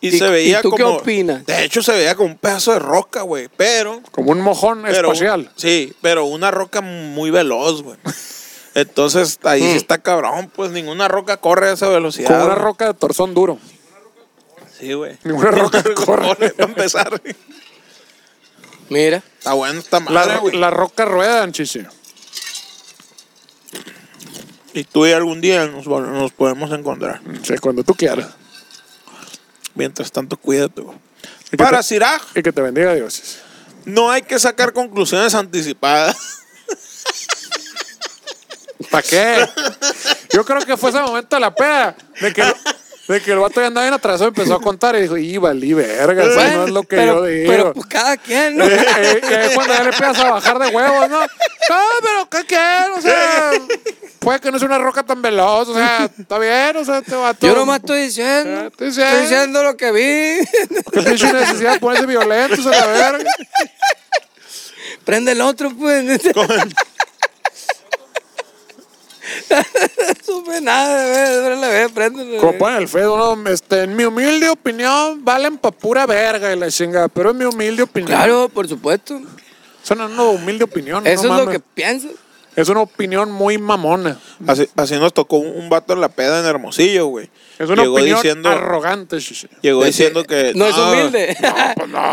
A: Y,
C: ¿Y-
A: se
C: y
A: veía
C: tú qué
A: como.
C: opinas?
A: De hecho, se veía como un pedazo de roca, güey. Pero.
B: Como un mojón
A: pero
B: espacial.
A: Sí, pero una roca muy veloz, güey. Entonces, ahí sí está cabrón, pues ninguna roca corre a esa velocidad.
B: Mm. Como una
A: güey.
B: roca de torzón duro.
A: Sí, güey. (laughs)
B: Ninguna roca corre.
A: para empezar.
C: Mira.
A: Está bueno, está mal,
B: La,
A: güey.
B: la roca rueda, chiche.
A: Y tú y algún día nos, vol- nos podemos encontrar.
B: Sí, cuando tú quieras.
A: Mientras tanto, cuídate, güey.
B: Y que
A: Para
B: te-
A: Siraj,
B: Y que te bendiga Dios.
A: no hay que sacar conclusiones anticipadas. (laughs)
B: ¿Para qué? Yo creo que fue ese momento de la peda. De que, el- de que el vato ya andaba bien atrasado, empezó a contar y dijo, y valí verga, eso no es lo que
C: pero,
B: yo digo.
C: pero pues cada quien, ¿no?
B: Eh, eh, eh, cuando ya le empiezas a bajar de huevos, ¿no? No, pero ¿qué quieres? O sea, puede que no sea una roca tan veloz, o sea, está bien, o sea, este vato.
C: (laughs) Yo nomás estoy diciendo.
B: Eh, estoy
C: Estoy diciendo,
B: diciendo.
C: lo que vi. (laughs)
B: ¿Qué pinche necesidad de ponerse violentos a la verga?
C: Prende el otro, pues. (laughs) No supe nada, güey. no la ve, prende.
B: Como ponen el Fedo, ¿no? Este, en mi humilde opinión, valen pa' pura verga y la chingada, pero en mi humilde opinión.
C: Claro, por supuesto.
B: Eso no es una humilde opinión.
C: Eso
B: no
C: es lo
B: mames.
C: que pienso.
B: Es una opinión muy mamona.
A: Así, así nos tocó un, un vato en la peda en Hermosillo, güey.
B: Es una
A: Llegó
B: opinión
A: diciendo,
B: arrogante.
C: (laughs)
B: Shishi.
A: Llegó
C: Ese-
A: diciendo que.
C: No es humilde.
B: Pues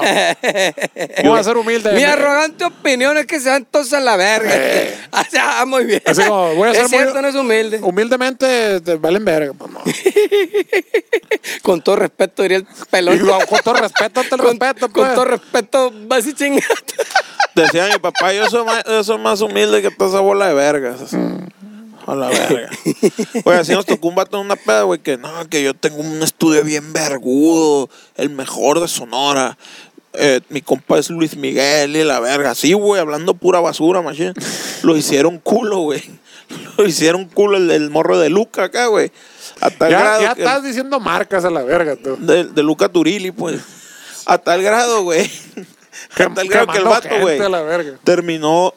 B: Eh, no. ¿Cómo va a ser humilde?
C: Mi arrogante opinión es que se van todos a la verga. (laughs) O sea, ah, muy bien.
B: Eh. Así como, voy a ser
C: (laughs) es
B: muy-
C: cierto, no es humilde.
B: Humildemente, te valen verga. Pues
C: (laughs)
B: no.
C: Con todo respeto, diría el pelón.
B: Y lo- con todo respeto, te lo
C: Con-
B: respeto.
C: Con
B: pues.
C: todo respeto, vas y chingate.
A: Decía mi papá, yo soy más, yo soy más humilde que toda esa bola de vergas. A la verga. Güey, así nos tocó un vato en una peda, güey, que no, que yo tengo un estudio bien vergudo, el mejor de Sonora. Eh, mi compa es Luis Miguel y la verga. Sí, güey, hablando pura basura, machín. Lo hicieron culo, güey. (laughs) Lo hicieron culo el, el morro de Luca acá, güey. Hasta el
B: ya
A: grado
B: ya
A: que-
B: estás diciendo marcas a la verga, tú.
A: de, de Luca Turili, pues. A tal grado, güey.
B: Que-
A: A tal grado que el
B: quemando
A: vato,
B: gente
A: güey.
B: a la verga.
A: Terminó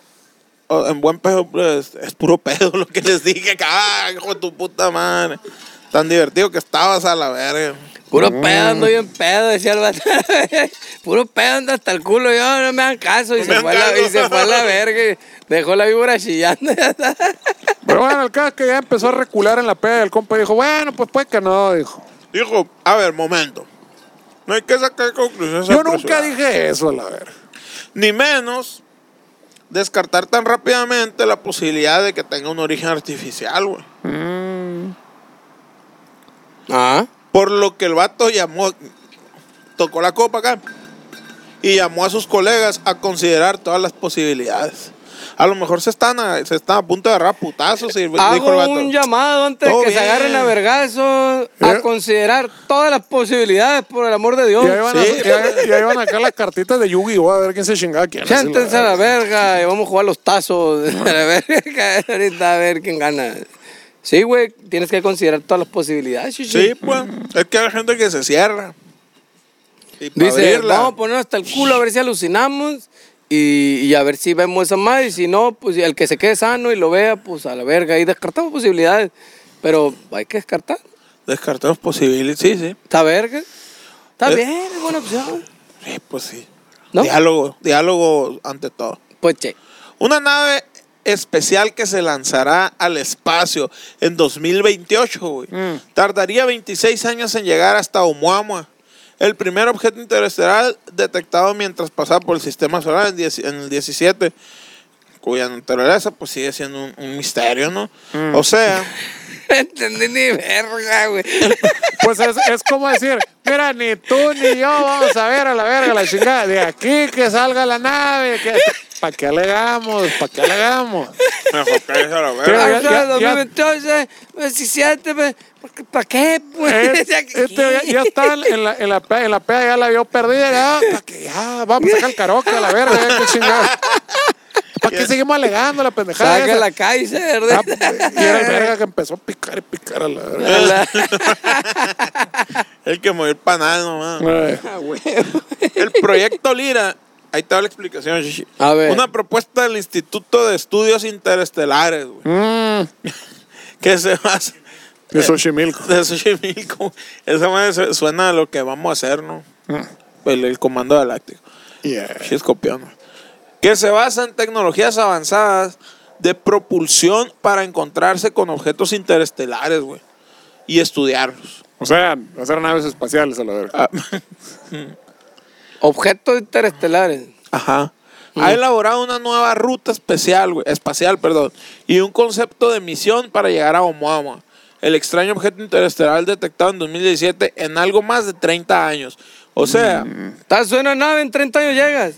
A: oh, en buen pedo. pues, es puro pedo lo que les dije. Ah, hijo de tu puta madre. Tan divertido que estabas a la verga.
B: Mm.
C: Puro pedo, ando bien pedo, decía el vato. (laughs) Puro pedo, ando hasta el culo. Yo no me dan caso. Y,
A: No
C: se,
A: me
C: fue a
A: hagan
C: la, y
A: caso.
C: se fue a la verga. y dejó la víbora chillando.
B: (laughs) Pero bueno, el caso es que ya empezó a recular en la peda. El compa dijo, bueno, pues puede que no, dijo.
A: Dijo, a ver, momento. No hay que sacar conclusiones.
B: Yo nunca
A: apresuradas.
B: dije eso a la verga.
A: Ni menos descartar tan rápidamente la posibilidad de que tenga un origen artificial, güey.
C: Ah,
A: Por lo que el vato llamó, tocó la copa acá. y llamó a sus colegas a considerar todas las posibilidades. A lo mejor se están a, se están a punto de agarrar putazos. Y dijo el
C: Hago
A: vato.
C: un llamado antes de
A: Todo
C: que se
A: bien.
C: agarren a vergazos a
B: Eh.
C: considerar todas las posibilidades, por el amor de Dios.
B: Y ahí van, a-
A: Sí.
B: y ahí- y ahí van acá las cartitas de Yu-Gi-Oh! A ver quién se chingaba quién. así,
C: Siéntense a la verga y vamos a jugar los tazos. A la verga, ahorita a ver quién gana. Sí, güey, tienes que considerar todas las posibilidades. chichi.
A: Sí, pues. Es que hay gente que se cierra. Y pa'
C: Dice, pues".
A: abrirla.
C: vamos a poner hasta el culo a ver si alucinamos y, y a ver si vemos esa madre. Y si no, pues el que se quede sano y lo vea, pues a la verga. Y descartamos posibilidades. Pero hay que descartar.
A: Descartamos posibilidades. Sí, sí.
C: Está verga. Está
A: Eh.
C: bien, es buena opción.
A: Sí, pues sí.
C: ¿No?
A: Diálogo, diálogo ante todo.
C: Pues che. (laughs)
A: Una nave especial que se lanzará al espacio en 2028, güey.
B: Mm.
A: Tardaría 26 años en llegar hasta Oumuamua. El primer objeto interestelar detectado mientras pasaba por el sistema solar en, 10 en el 17, cuya naturaleza pues sigue siendo un, un misterio, ¿no?
B: Mm.
A: O (laughs) sea,
C: Entendí ni verga, güey.
B: Pues es, es como decir, mira, ni tú ni yo vamos a ver a la verga la chingada. De aquí que salga la nave. Que... ¿Para qué alegamos? ¿Para qué alegamos?
A: mejor que a la verga.
B: Pero ya-
C: Hasta
B: ya- ya-
C: 2028, 17, pues, porque- ¿para qué?
B: Eh,
C: (laughs) Pues, Ya que-
B: este, ya, ya está en la, en, la, pe- en la peda, ya la vio perdida. Ya, para que ya, vamos a sacar el karaoke a la verga. ya, qué chingada. ¿Para qué seguimos alegando la pendejada?
C: Saca
B: esa?
C: la Kaiser.
B: Ah, pues, y era el verga que empezó a picar y picar a la verga.
A: (laughs) El que morir para nada, nomás.
B: Eh.
A: El proyecto Lira. Ahí está la explicación, Shishi.
C: A ver.
A: Una propuesta del Instituto de Estudios Interestelares, güey.
B: Mm,
A: Que se basa
B: de Xochimilco.
A: de Xochimilco. Esa madre su- suena a lo que vamos a hacer, ¿no?
C: Mm.
A: El, el Comando Galáctico.
B: Yeah.
A: Sí, escorpión. güey. Que se basa en tecnologías avanzadas de propulsión para encontrarse con objetos interestelares, güey. Y estudiarlos.
B: O sea, hacer naves espaciales a la verga.
A: Ah,
C: (laughs) Objetos interestelares.
A: Ajá. Ha elaborado una nueva ruta especial, güey, espacial, perdón, y un concepto de misión para llegar a Oumuamua, el extraño objeto interestelar detectado en 2017 en algo más de 30 años. O sea,
C: ¿Estás suena nave? En 30 años llegas.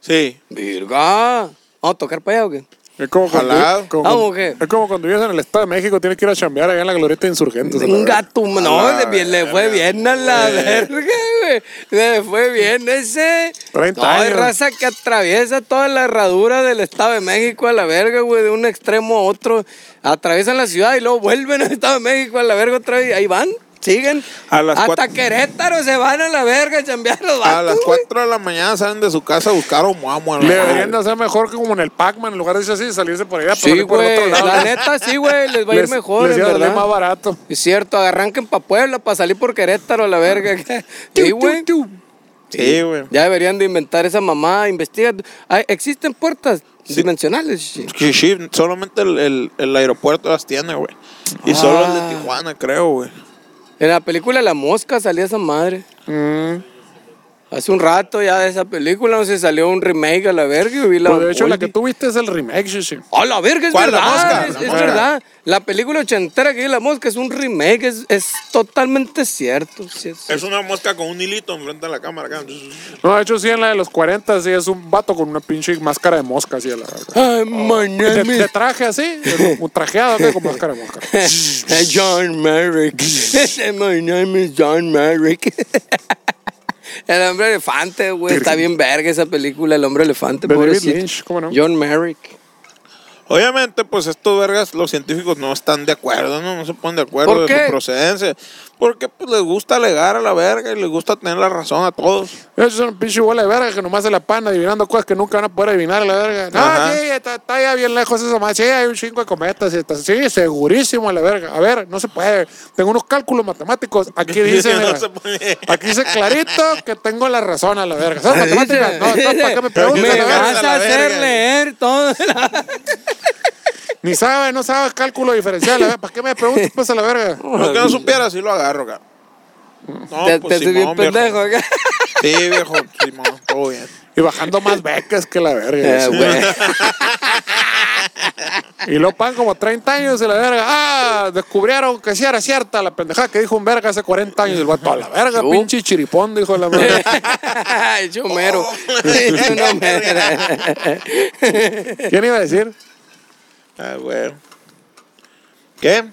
A: sí,
C: Virga. ¿Vamos a tocar para allá o qué?
B: Es como,
A: Ojalá.
B: cuando, como-
C: Vamos, ¿qué?
B: es como cuando vives en el Estado de México, tienes que ir a chambear allá en la glorieta de insurgentes. a la
C: Un
B: verga.
C: gato, no,
A: la
C: le, bien- le fue bien a la verga, güey. Le fue bien ese.
B: 30
C: No, hay
B: años.
C: raza que atraviesa toda la herradura del Estado de México a la verga, güey, de un extremo a otro. Atraviesan la ciudad y luego vuelven al Estado de México a la verga otra vez. Ahí van, siguen.
A: A las
C: Hasta
A: cuatro-
C: Querétaro se van a la verga a chambear los
A: a
C: vatos,
A: las
C: güey.
A: 4 de la mañana salen de su casa a buscar a Oumuamua.
B: Le
A: la
B: deberían de
A: madre.
B: hacer mejor que como en el Pac-Man, en lugar de irse así, salirse por allá,
C: Sí,
B: salir por el
C: güey. La neta, sí, güey, les va a ir
B: Les-
C: mejor,
B: les
C: en
B: iba a salir
C: verdad.
B: más barato.
C: Es cierto, arranquen para Puebla para salir por Querétaro a la verga. Sí, güey.
A: Sí, güey.
C: Ya deberían de inventar esa mamá, investiga. Ay, Existen puertas dimensionales. sí.
A: Sí, sí, solamente el, el- el aeropuerto las tiene, güey. Y solo el de Tijuana, creo, güey.
C: En la película La Mosca salía esa madre. Hace un rato ya de esa película no se salió un remake a la verga y vi la.
B: Pues de hecho, la
C: Oye.
B: que tuviste es el remake, sí.
C: ¡A la verga! Es
A: ¿Cuál, La
C: verdad.
A: Mosca?
C: Es,
A: La
C: es
A: Mosca.
C: verdad. La película ochentera que vi La Mosca es un remake, es, es totalmente cierto. sí, es-
A: Es una mosca con un hilito enfrente de la cámara. acá.
B: No, de hecho, sí, en la de los 40, sí, es un vato con una pinche máscara de mosca, así, a la verga.
C: Ay, my
B: De,
C: name
B: de
C: is
B: traje así, de- un trajeado acá con máscara de mosca.
C: (laughs) John (laughs) Merrick. My name is John Merrick. (laughs) El hombre elefante, güey. Está bien verga esa película, El hombre elefante.
B: De David
C: pobrecito.
B: Lynch, ¿cómo no?
C: John Merrick.
A: Obviamente, pues estos vergas, los científicos no están de acuerdo, no, no se ponen de acuerdo
C: ¿Por
A: de
C: qué?
A: su procedencia. Porque pues, les gusta alegar a la verga y les gusta tener la razón a todos.
B: Esos son un pinche bola de verga que nomás se la pan adivinando cosas que nunca van a poder adivinar, la verga. No,
A: Ajá.
B: sí, está, está allá bien lejos esa madre. Sí, hay un chingo de cometas. y está- sí, segurísimo, la verga. A ver, no se puede. Tengo unos cálculos matemáticos.
A: (laughs)
B: Aquí dice,
A: No
B: mira,
A: se puede. (laughs)
B: aquí dice clarito que tengo la razón a la verga. ¿Son matemáticas? Ah, No, entonces, ¿para qué me
A: Pero
B: preguntas?
A: dice-
B: la verga?
C: vas
A: la
C: a hacer
A: verga.
C: leer todo.
B: Ni sabes, no sabes cálculo diferencial. la verga. ¿Para qué me preguntas pues a la verga?
A: Lo que no supiera, sí lo agarro, cara. No,
C: te
A: pues,
C: te soy bien
A: Simón, viejo.
C: pendejo. ¿eh? acá.
A: Sí, viejo, Simón, todo bien. Eh,
B: (laughs) Y bajando más becas que la verga.
C: Eh, güey.
B: Y lo pan como 30 años y la verga. Ah, descubrieron que sí era cierta la pendejada que dijo un verga hace 40 años. Y el vato, a la verga,
C: Yo.
B: pinche chiripón, dijo la (laughs) verga.
C: Chumero.
B: Oh.
C: (laughs)
B: (laughs) ¿Quién iba a decir?
A: Ah, güey. ¿Qué?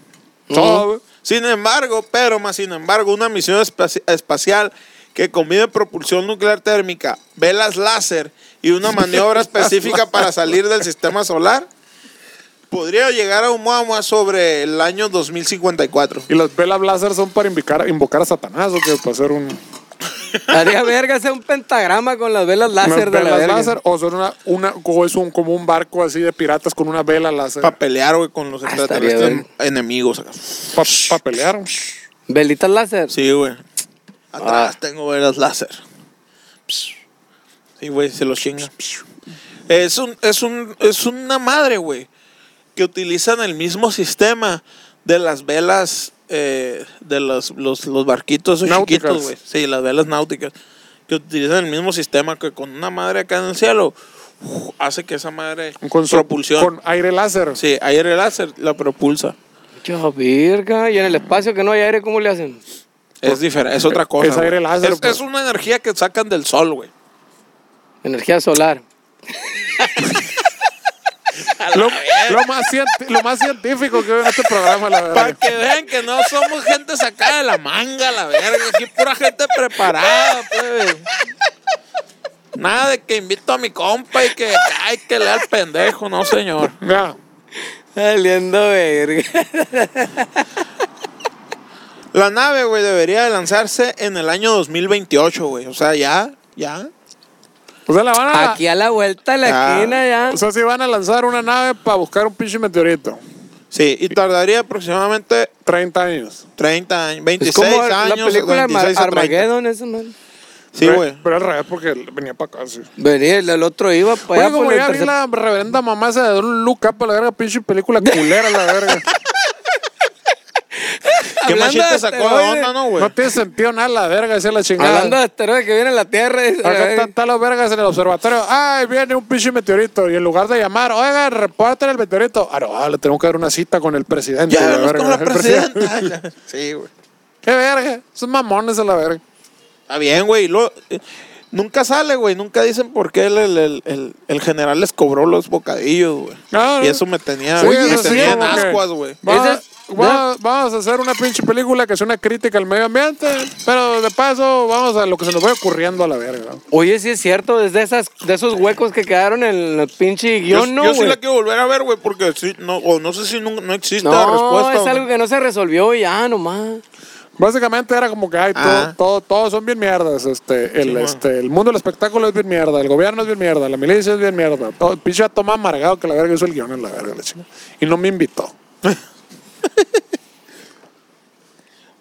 B: Todo, güey.
A: Sin embargo, pero más sin embargo, una misión espaci- espacial que combine propulsión nuclear térmica, velas láser y una maniobra específica para salir del sistema solar podría llegar a Oumuamua sobre el año 2054.
B: Y las velas láser son para invocar, invocar a Satanás o que para hacer un.
C: Haría verga hacer un pentagrama con las velas láser
B: unas
C: de la
B: velas
C: verga.
B: láser, o son una, una o es un como un barco así de piratas con una vela láser
A: Para
B: para
A: pelear, güey, con los
C: estaría
A: extraterrestres enemigos. acá.
B: pelear.
C: Velitas láser.
A: Sí, güey. Atrás tengo velas láser. Psh. Sí, güey, se los chinga. Psh. Es, un, es, un, es una madre, güey, que utilizan el mismo sistema de las velas, eh, de los, los, los barquitos esos
B: Náuticas.
A: chiquitos, güey. Sí, las velas náuticas. Que utilizan el mismo sistema que con una madre acá en el cielo uf, hace que esa madre
B: Con su-
A: propulsión.
B: Con aire láser.
A: Sí, aire láser la propulsa.
C: Yo, verga. Y en el espacio que no hay aire, ¿cómo le hacen?
A: Es diferente, es otra cosa.
B: es aire
A: güey.
B: láser,
A: Es-
B: pues.
A: es una energía que sacan del sol, güey.
C: Energía solar.
B: Lo, lo más cienti- lo más científico que veo en este programa, la verdad.
A: Para que vean que no somos gente sacada de la manga, la verga. Aquí pura gente preparada, plebe. Nada de que invito a mi compa y que ay que lea al pendejo, no señor.
B: Ya.
C: Saliendo verga.
A: La nave, güey, debería de lanzarse en el año 2028, güey. O sea, ya, ya.
B: O sea, la van a.
C: (laughs) Aquí a la vuelta de la
A: Ah.
C: esquina ya.
B: O sea, si van a lanzar una nave para buscar un pinche meteorito.
A: Sí, y tardaría aproximadamente
B: 30 años.
A: 30 años,
C: es
A: 26
C: como la
A: años.
C: película de
A: 26 a 30.
C: Armageddon, ese man.
A: Sí,
B: Pero-
A: güey.
B: Pero al revés, porque venía para acá, sí.
C: Venía, el, el otro iba
A: Pues
C: para
B: Oye,
C: allá
B: como
C: por
B: ya
C: la
B: vi
C: intercept-
B: la reverenda mamá esa de Don Luca para la verga, pinche
A: (laughs)
B: película culera, la verga.
A: ¿Qué
C: Hablando
A: machín
C: de
A: te sacó de
C: asteroides.
A: onda, no, güey?
B: No tiene sentido nada, la verga, esa es la chingada.
C: Hablando de asteroides que viene a la Tierra. dice,
B: Acá
C: "Ay,
B: están todas las vergas en el observatorio. Ay, viene un pinche meteorito. Y en lugar de llamar, oigan, reporten el meteorito. Ah, no, ah, le tengo que dar una cita con el presidente.
A: Ya
B: la
A: vemos
B: verga,
A: con la
B: (laughs) el presidente.
A: presidenta. (laughs) Sí, güey.
B: Qué verga. Son mamones a la verga.
A: Está bien, güey. y luego, eh, nunca sale, güey. Nunca dicen por qué el, el, el, el- el general les cobró los bocadillos, güey.
B: Ah,
A: y eso me tenía,
B: Sí,
A: me
B: eso sí,
A: tenía en
B: como que-
A: ascuas, güey.
B: Va-
C: Ese es-
B: va- vamos a hacer una pinche película que es una crítica al medio ambiente, pero de paso vamos a lo que se nos va ocurriendo a la verga.
C: Oye, sí es cierto, desde esas, de esos huecos que quedaron en el pinche
A: Yo,
C: guión, no,
A: yo sí
C: güey.
A: la quiero volver a ver, güey, porque sí, no, o no sé si no, no existe la
C: No,
A: respuesta.
C: es algo
A: güey.
C: que no se resolvió y ya nomás.
B: Básicamente era como que ay, todo-
A: Ah.
B: todo, todos son bien mierdas. Este, el,
A: Sí, bueno.
B: este, el mundo del espectáculo es bien mierda, el gobierno es bien mierda, la milicia es bien mierda. Todo, pinche toma amargado que la verga hizo el guión en la verga, la chinga. Y no me invitó.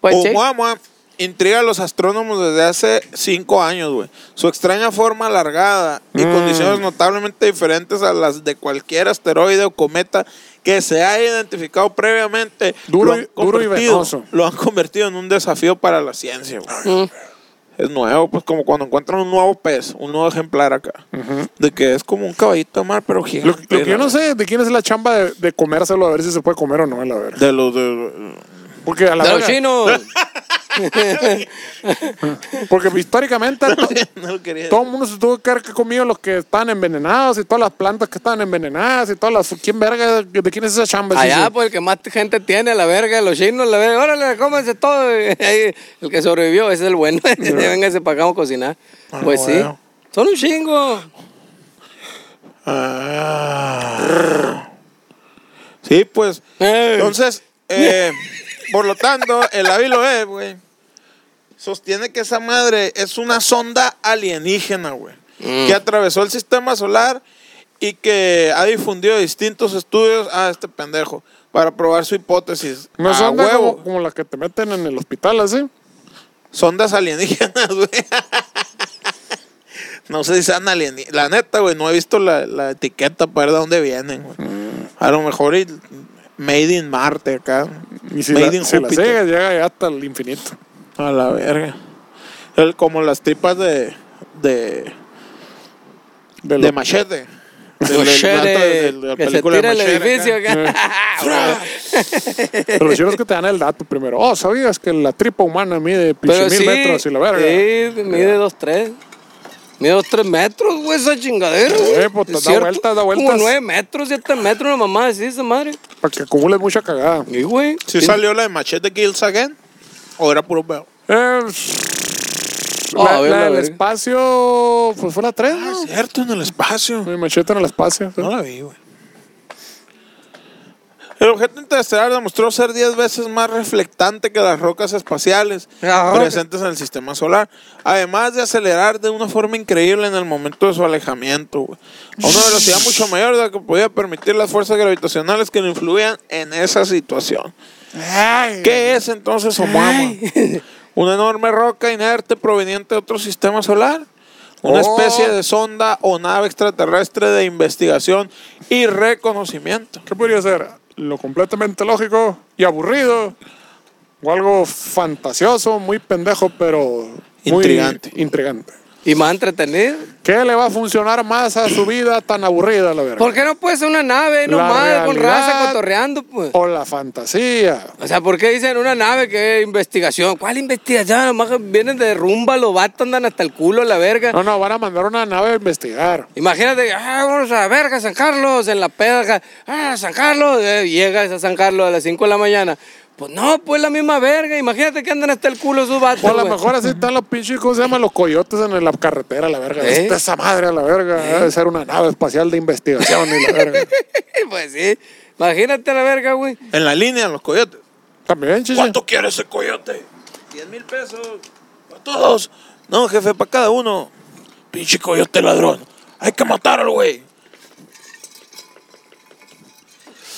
C: Pues,
A: Oh,
C: che,
A: Oumuamua intriga a los astrónomos desde hace cinco años, güey. Su extraña forma alargada y
B: Mm.
A: condiciones notablemente diferentes a las de cualquier asteroide o cometa que se haya identificado previamente
B: Duro
A: lo han
B: y- duro y
A: convertido-
B: venoso.
A: Lo han convertido en un desafío para la ciencia, güey. Es nuevo, pues como cuando encuentran un nuevo pez, un nuevo ejemplar acá. De que es como un caballito de mar, pero gigante.
B: Lo, lo que yo no sé es de quién es la chamba de, de comérselo a ver si se puede comer o no, la verga.
A: De los
B: (laughs)
A: de- (laughs)
B: Porque a la
C: de los
B: verga,
C: chinos.
B: porque
A: (laughs)
B: históricamente to-
A: no lo quería.
B: todo el mundo se tuvo que haber comido los que estaban envenenados y todas las plantas que estaban envenenadas y todas las quién verga de, de quién es esa chamba. Sí,
C: Allá,
B: sí.
C: pues el que más gente tiene, a la verga, los chinos, la verga. Órale, cómense todo. (laughs) Ahí, El que sobrevivió, ese es el bueno. (laughs) Véngase para acá, vamos a cocinar.
A: Ah,
C: Pues sí.
A: bueno.
C: Son un chingo.
A: Ah. Sí, pues.
C: Eh.
A: Entonces, eh, por lo tanto, el Ávilo E, güey, sostiene que esa madre es una sonda alienígena, güey, que atravesó el sistema solar y que ha difundido distintos estudios a este pendejo para probar su hipótesis.
C: pues,
B: No
A: Ah,
B: son de
A: huevo.
B: como, como las que te meten en el hospital así.
A: Sondas alienígenas, (laughs) güey. No sé si sean alienígenas. La neta, güey, no he visto la, la etiqueta para ver de dónde vienen, güey. A lo mejor y- Made in Marte acá.
B: Y si,
A: Made
B: la,
A: in
B: si la
A: Júpiter.
B: sigues, llega ya hasta el infinito.
A: A la verga. El- como las tripas de. de. de
B: De lo-
A: machete. Del- del
C: Machete,
A: vato de- de la
C: que se
A: película
C: tira el
A: Machete acá.
C: edificio acá.
B: (laughs) Pero lo chido es que te dan el dato primero. Oh, ¿sabías que la tripa humana mide
C: Pero
B: pinche mil
C: sí,
B: metros y la verga?
C: Sí, mide dos, tres. Mide dos, tres metros, güey, esa chingadera. güey.
B: Eh, pues,
C: ¿Es
B: da
C: cierto?
B: vueltas, da
C: Como
B: vueltas.
C: nueve metros, siete metros, una mamá así, esa madre.
B: Para que acumules mucha cagada.
C: Y, güey.
A: ¿Sí
C: sí.
A: salió la de Machete Kills Again? ¿O era puro pedo?
B: Eh,
C: Ah,
B: la,
C: a ver,
B: la
C: la
B: del
C: verga.
B: espacio, pues fue la 3,
A: Ah,
B: ¿no?
A: cierto, en el espacio.
B: Mi machete en el espacio.
A: No la vi, güey. El objeto interestelar demostró ser 10 veces más reflectante que las rocas espaciales
C: Ah.
A: presentes en el sistema solar, además de acelerar de una forma increíble en el momento de su alejamiento, güey, a una velocidad mucho mayor de la que podía permitir las fuerzas gravitacionales que lo influían en esa situación. ¿Qué es entonces Oumuamua? (laughs) Una enorme roca inerte proveniente de otro sistema solar. Una
B: Oh.
A: especie de sonda o nave extraterrestre de investigación y reconocimiento.
B: ¿Qué podría ser? Lo completamente lógico y aburrido. O algo fantasioso, muy pendejo, pero. muy
A: Intrigante.
B: Intrigante.
C: Y más entretenido.
B: ¿Qué le va a funcionar más a su vida tan aburrida, la verga?
C: ¿Por qué no puede ser una nave
B: La
C: nomás con
B: realidad.
C: raza cotorreando, pues?
B: O la fantasía.
C: O sea, ¿por qué dicen una nave que es investigación? ¿Cuál investigación? Nomás vienen de rumba, los vatos andan hasta el culo, la verga.
B: No, no, van a mandar una nave a investigar.
C: Imagínate, ah, vamos a la verga, San Carlos, en la peda, ah, San Carlos, eh, llegas a San Carlos a las 5 de la mañana. Pues no, pues la misma verga, imagínate que andan hasta el culo esos vatos.
B: O Pues a lo
C: güey.
B: mejor así están los pinches, ¿cómo se llaman? Los coyotes en la carretera, la verga.
C: ¿Eh?
B: Esta esa madre, la verga. Debe ser una nave espacial de investigación y la
C: (laughs)
B: verga.
C: (laughs) pues sí, imagínate la verga, güey.
A: En la línea, los coyotes.
B: También, chiche.
A: ¿Cuánto quiere ese coyote? 10 mil pesos. ¿Para todos? No, jefe, para cada uno. Pinche coyote ladrón. Hay que matarlo, güey.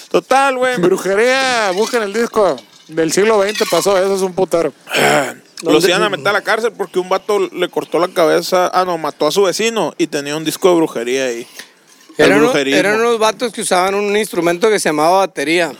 A: Total, güey.
B: Brujería, busquen el disco. Del siglo XX pasó, eso es un putero.
A: (clears throat) Los iban a meter a la cárcel porque un vato le cortó la cabeza. Ah, no, mató a su vecino y tenía un disco de brujería ahí. El
C: Eran, unos-
A: brujerismo.
C: eran unos vatos que usaban un instrumento que se llamaba batería.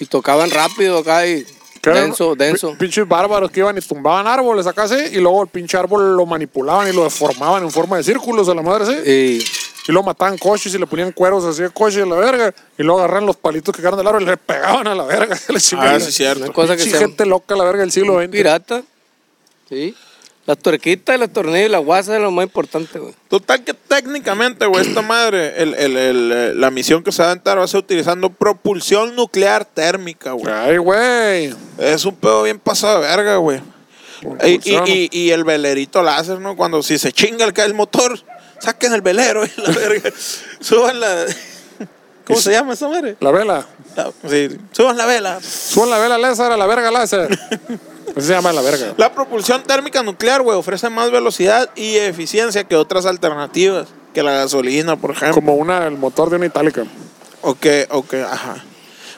C: Y tocaban rápido acá y
B: ¿Qué eran?
C: denso,
B: Pi-
C: denso.
B: Pinches bárbaros que iban y tumbaban árboles acá, sí. Y luego el pinche árbol lo manipulaban y lo deformaban en forma de círculos a la madre, sí.
C: Y
B: Y luego mataban coches y le ponían cueros así de coches a la verga. Y luego agarran los palitos que quedaron del árbol y le pegaban a la verga. (laughs) Le
A: Ah,
B: chingaban.
A: sí,
C: una
A: cierto.
C: cosa que
B: Pinche
C: se
B: gente loca a la verga del siglo XX.
C: pirata. Sí. Las tuerquitas, y los tornillos y la guasa es lo más importante, güey.
A: Total que técnicamente, güey, esta madre, el- el- el, eh, la misión que se va a aventar va a ser utilizando propulsión nuclear térmica, güey.
B: Ay, güey.
A: Es un pedo bien pasado de verga, güey. Y, y-
B: Propulsión.
A: y- y el velerito láser, ¿no? Cuando si se chinga el, el motor, saquen el velero y la verga. (laughs) Suban la... (laughs) ¿Cómo se llama esa madre?
B: La vela.
A: La- sí, suban la vela.
B: Suban la vela láser a la verga láser. Así se llama la verga.
A: La propulsión térmica nuclear, güey, ofrece más velocidad y eficiencia que otras alternativas, que la gasolina, por ejemplo.
B: Como una, el motor de una itálica.
A: O que, o que, ajá.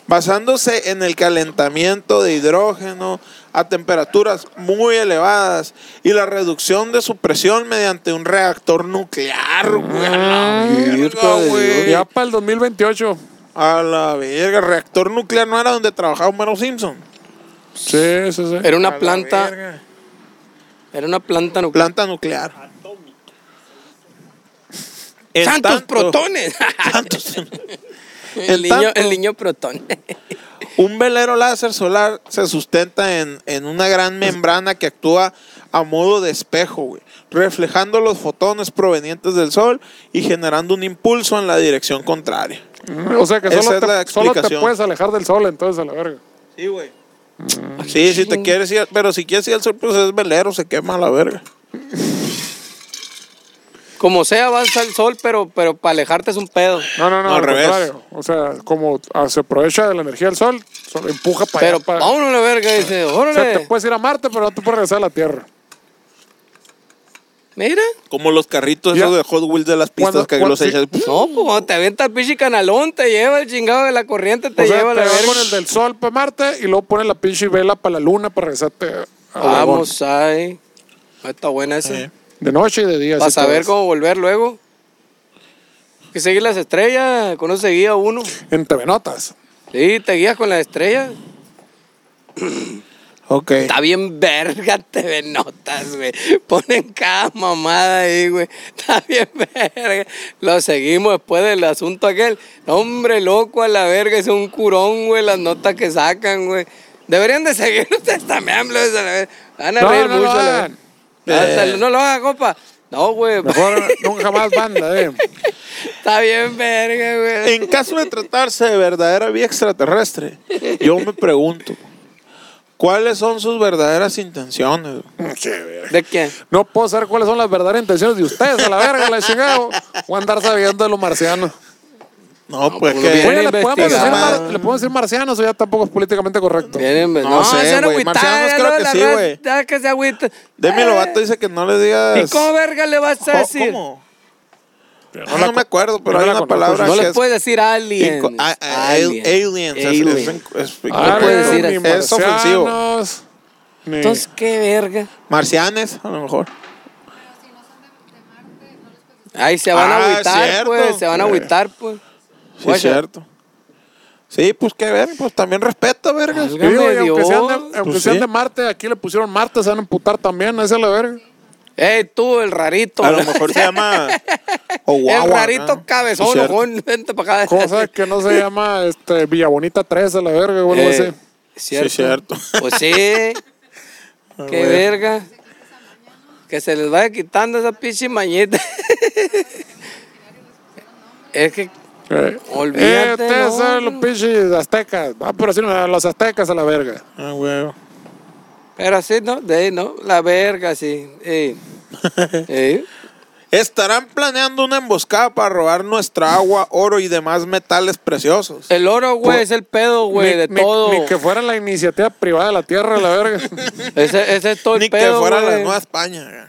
A: Basándose en el calentamiento de hidrógeno a temperaturas muy elevadas y la reducción de su presión mediante un reactor nuclear, güey. A la verga,
C: virgo de
A: güey.
B: Ya para el 2028.
A: A la verga, reactor nuclear no era donde trabajaba Homero Simpson.
B: Sí, sí, sí.
C: Era
A: A
C: una
A: la
C: planta.
A: verga.
C: Era una planta nuclear.
A: Planta nuclear. En
C: ¡Santos
A: tanto-
C: protones!
A: (laughs)
C: (laughs)
A: Santos.
C: el,
A: En
C: niño,
A: tanto-
C: el niño protón.
A: Un velero láser solar se sustenta en, en una gran membrana que actúa a modo de espejo, güey, reflejando los fotones provenientes del sol y generando un impulso en la dirección contraria.
B: O sea que
A: Esa
B: solo
A: es la
B: te, solo te
A: explicación.
B: puedes alejar del sol entonces a la verga.
A: Sí, güey.
B: Mm.
A: Sí, si te quieres ir, pero si quieres ir al sol, pues es velero, se quema a la verga.
C: Como sea, avanza el sol, pero, pero para alejarte es un pedo.
B: No, no, no,
A: No, al
B: al
A: revés.
B: contrario. O sea, como ah, se aprovecha de la energía del sol, solo empuja para
C: Pero
B: allá. pa-
C: vámonos a la verga, dice.
B: o sea, te
C: Órale.
B: puedes ir a Marte, pero no te puedes regresar a la Tierra.
C: Mira.
A: Como los carritos
B: Ya.
A: esos de Hot Wheels de las pistas
B: Cuando-
A: que
B: cuando-
A: los
B: sí.
A: echas.
C: No, pues cuando te avienta el pinche canalón, te lleva el chingado de la corriente, te
B: O sea,
C: lleva a
B: te
C: la
B: vas
C: verga.
B: con el del sol para Marte y luego pones la pinche vela para la luna para regresarte a Oregón.
C: Vamos, ahí. Está buena esa.
B: De noche y de día.
C: Para
B: así te
C: saber
B: ves.
C: cómo volver luego. Hay Que seguir las estrellas, con eso se guía uno.
B: En TV Notas.
C: Sí, te guías con las estrellas.
A: Ok.
C: Está bien verga (laughs) TV Notas, güey. Ponen cada mamada ahí, güey. Está bien verga. Lo seguimos después del asunto aquel. No, hombre, loco a la verga. Es un curón, güey, las notas que sacan, güey. Deberían de seguir (laughs) ustedes también, güey. se la ver- Van a
B: No,
C: reír
B: no lo
C: mucho. la
B: hagan. Eh.
C: verga. Hasta el- No lo hagan, copa. No, güey.
B: Mejor nunca jamás
A: (laughs)
B: banda, eh.
C: Está bien verga, güey.
A: En caso de tratarse de verdadera vía extraterrestre, yo me pregunto, ¿cuáles son sus verdaderas intenciones?
C: ¿De quién?
B: No puedo saber cuáles son las verdaderas intenciones de ustedes, a la verga, la chingada. o- O andar sabiendo de los marcianos.
A: No, pues
C: pues,
A: que...
C: bien
B: Oye, ¿le podemos, decir
A: investigado.
B: mar- le podemos decir marcianos o ya tampoco es políticamente correcto.
C: Vienen, no,
A: pues, No sé,
C: ese era
A: güey.
C: agüitada,
A: Marcianos
C: ya
A: creo
C: luego
A: que
C: la
A: sí,
C: raza-
A: güey.
C: ya que se agüita.
A: Demi Lovato dice que no le digas...
C: Eh. ¿Y cómo verga le vas a
A: Co-
C: decir?
A: ¿Cómo? Ah, no me acuerdo, pero
B: no
A: hay
B: la
A: una
B: conozco,
A: palabra
B: Ahora
C: Pues No
A: que
C: le
A: es-
C: puedes decir alien.
A: Inco- a- a- al- aliens. es-
C: Alien.
A: es- es- es-
C: Ah,
A: no puedes
C: ni
A: decir- Es ofensivo.
B: marcianos, ni-
C: Entonces, qué verga.
A: Marcianes, a lo mejor.
C: Ay, se van a
A: Ah,
C: agüitar,
A: cierto.
C: pues. Se van a
A: Eh.
C: agüitar, pues.
A: Sí,
C: Guacha.
A: es cierto. Sí, pues qué ver, pues también respeta, vergas.
B: Yo digo, y aunque
C: Dios.
B: sean, de, aunque
A: Pues
B: sean
A: sí.
B: de Marte, aquí le pusieron Marte, se van a emputar también, esa es la verga.
C: Ey, tú, el rarito.
A: A lo mejor se llama. O
C: (laughs) el rarito cabezón, ojón, (laughs) vente para acá.
B: Cosa que no se llama este, Villabonita 3, a la verga, o algo
C: Eh,
B: así.
C: ¿cierto?
A: Sí, cierto.
C: (laughs)
A: (laughs)
C: Pues sí. qué
A: Ah,
C: verga. Que se les vaya quitando esa pinche mañita. es que
B: Eh,
C: Olvídate,
B: eh,
A: Este
B: ustedes
C: no,
B: son los
C: no.
B: pinches aztecas. Ah, pero sí, no, los aztecas a la verga.
A: Ah, huevo.
C: Pero así, ¿no? De ahí, ¿no? La verga, sí.
A: (laughs)
C: Ey. Ey.
A: Estarán planeando una emboscada para robar nuestra agua, oro y demás metales preciosos.
C: El oro, güey,
A: Pues,
C: es el pedo, güey,
B: Ni-
C: de
B: ni-
C: todo.
B: Ni que fuera la iniciativa privada de la tierra, a la verga.
C: Ese, ese es todo
A: (laughs)
C: el
A: Ni
C: pedo,
A: que fuera
C: güey.
A: la Nueva España.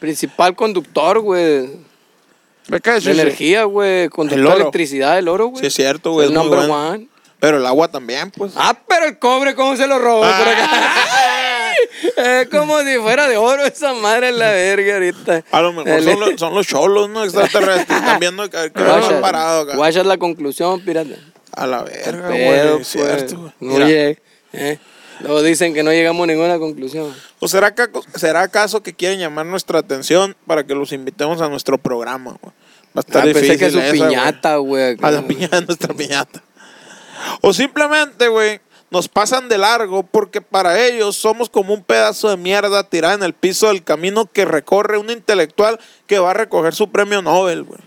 C: Principal conductor, güey.
B: Me cae,
C: De
B: chichi.
C: energía, güey.
A: El
C: Conductor
A: oro.
C: de electricidad, el oro, güey.
A: Sí, es cierto, güey,
C: El
A: es muy
C: number
A: bueno.
C: one.
A: Pero el agua también, pues.
C: Ah, pero el cobre, ¿cómo se lo robó? por acá? Es como si fuera de oro esa madre la verga ahorita.
A: A lo mejor
C: El-
A: son los, son los cholos, ¿no? Extraterrestres. También, ¿no? Que, que
C: (laughs) Guacha,
A: van parado acá.
C: guacha la conclusión, pirata.
A: A la verga,
C: Pedo,
A: güey.
C: pues.
A: es Cierto, güey.
C: No
A: Mira,
C: llegué, eh. Luego dicen que no llegamos a ninguna conclusión.
A: ¿O Pues, será, que, será acaso que quieren llamar nuestra atención para que los invitemos a nuestro programa? güey? Va a estar
C: Ah,
A: difícil
C: pensé que su
A: esa,
C: piñata, güey.
A: güey. A la piñata, (laughs) nuestra piñata. O simplemente, güey, nos pasan de largo porque para ellos somos como un pedazo de mierda tirada en el piso del camino que recorre un intelectual que va a recoger su premio Nobel, güey.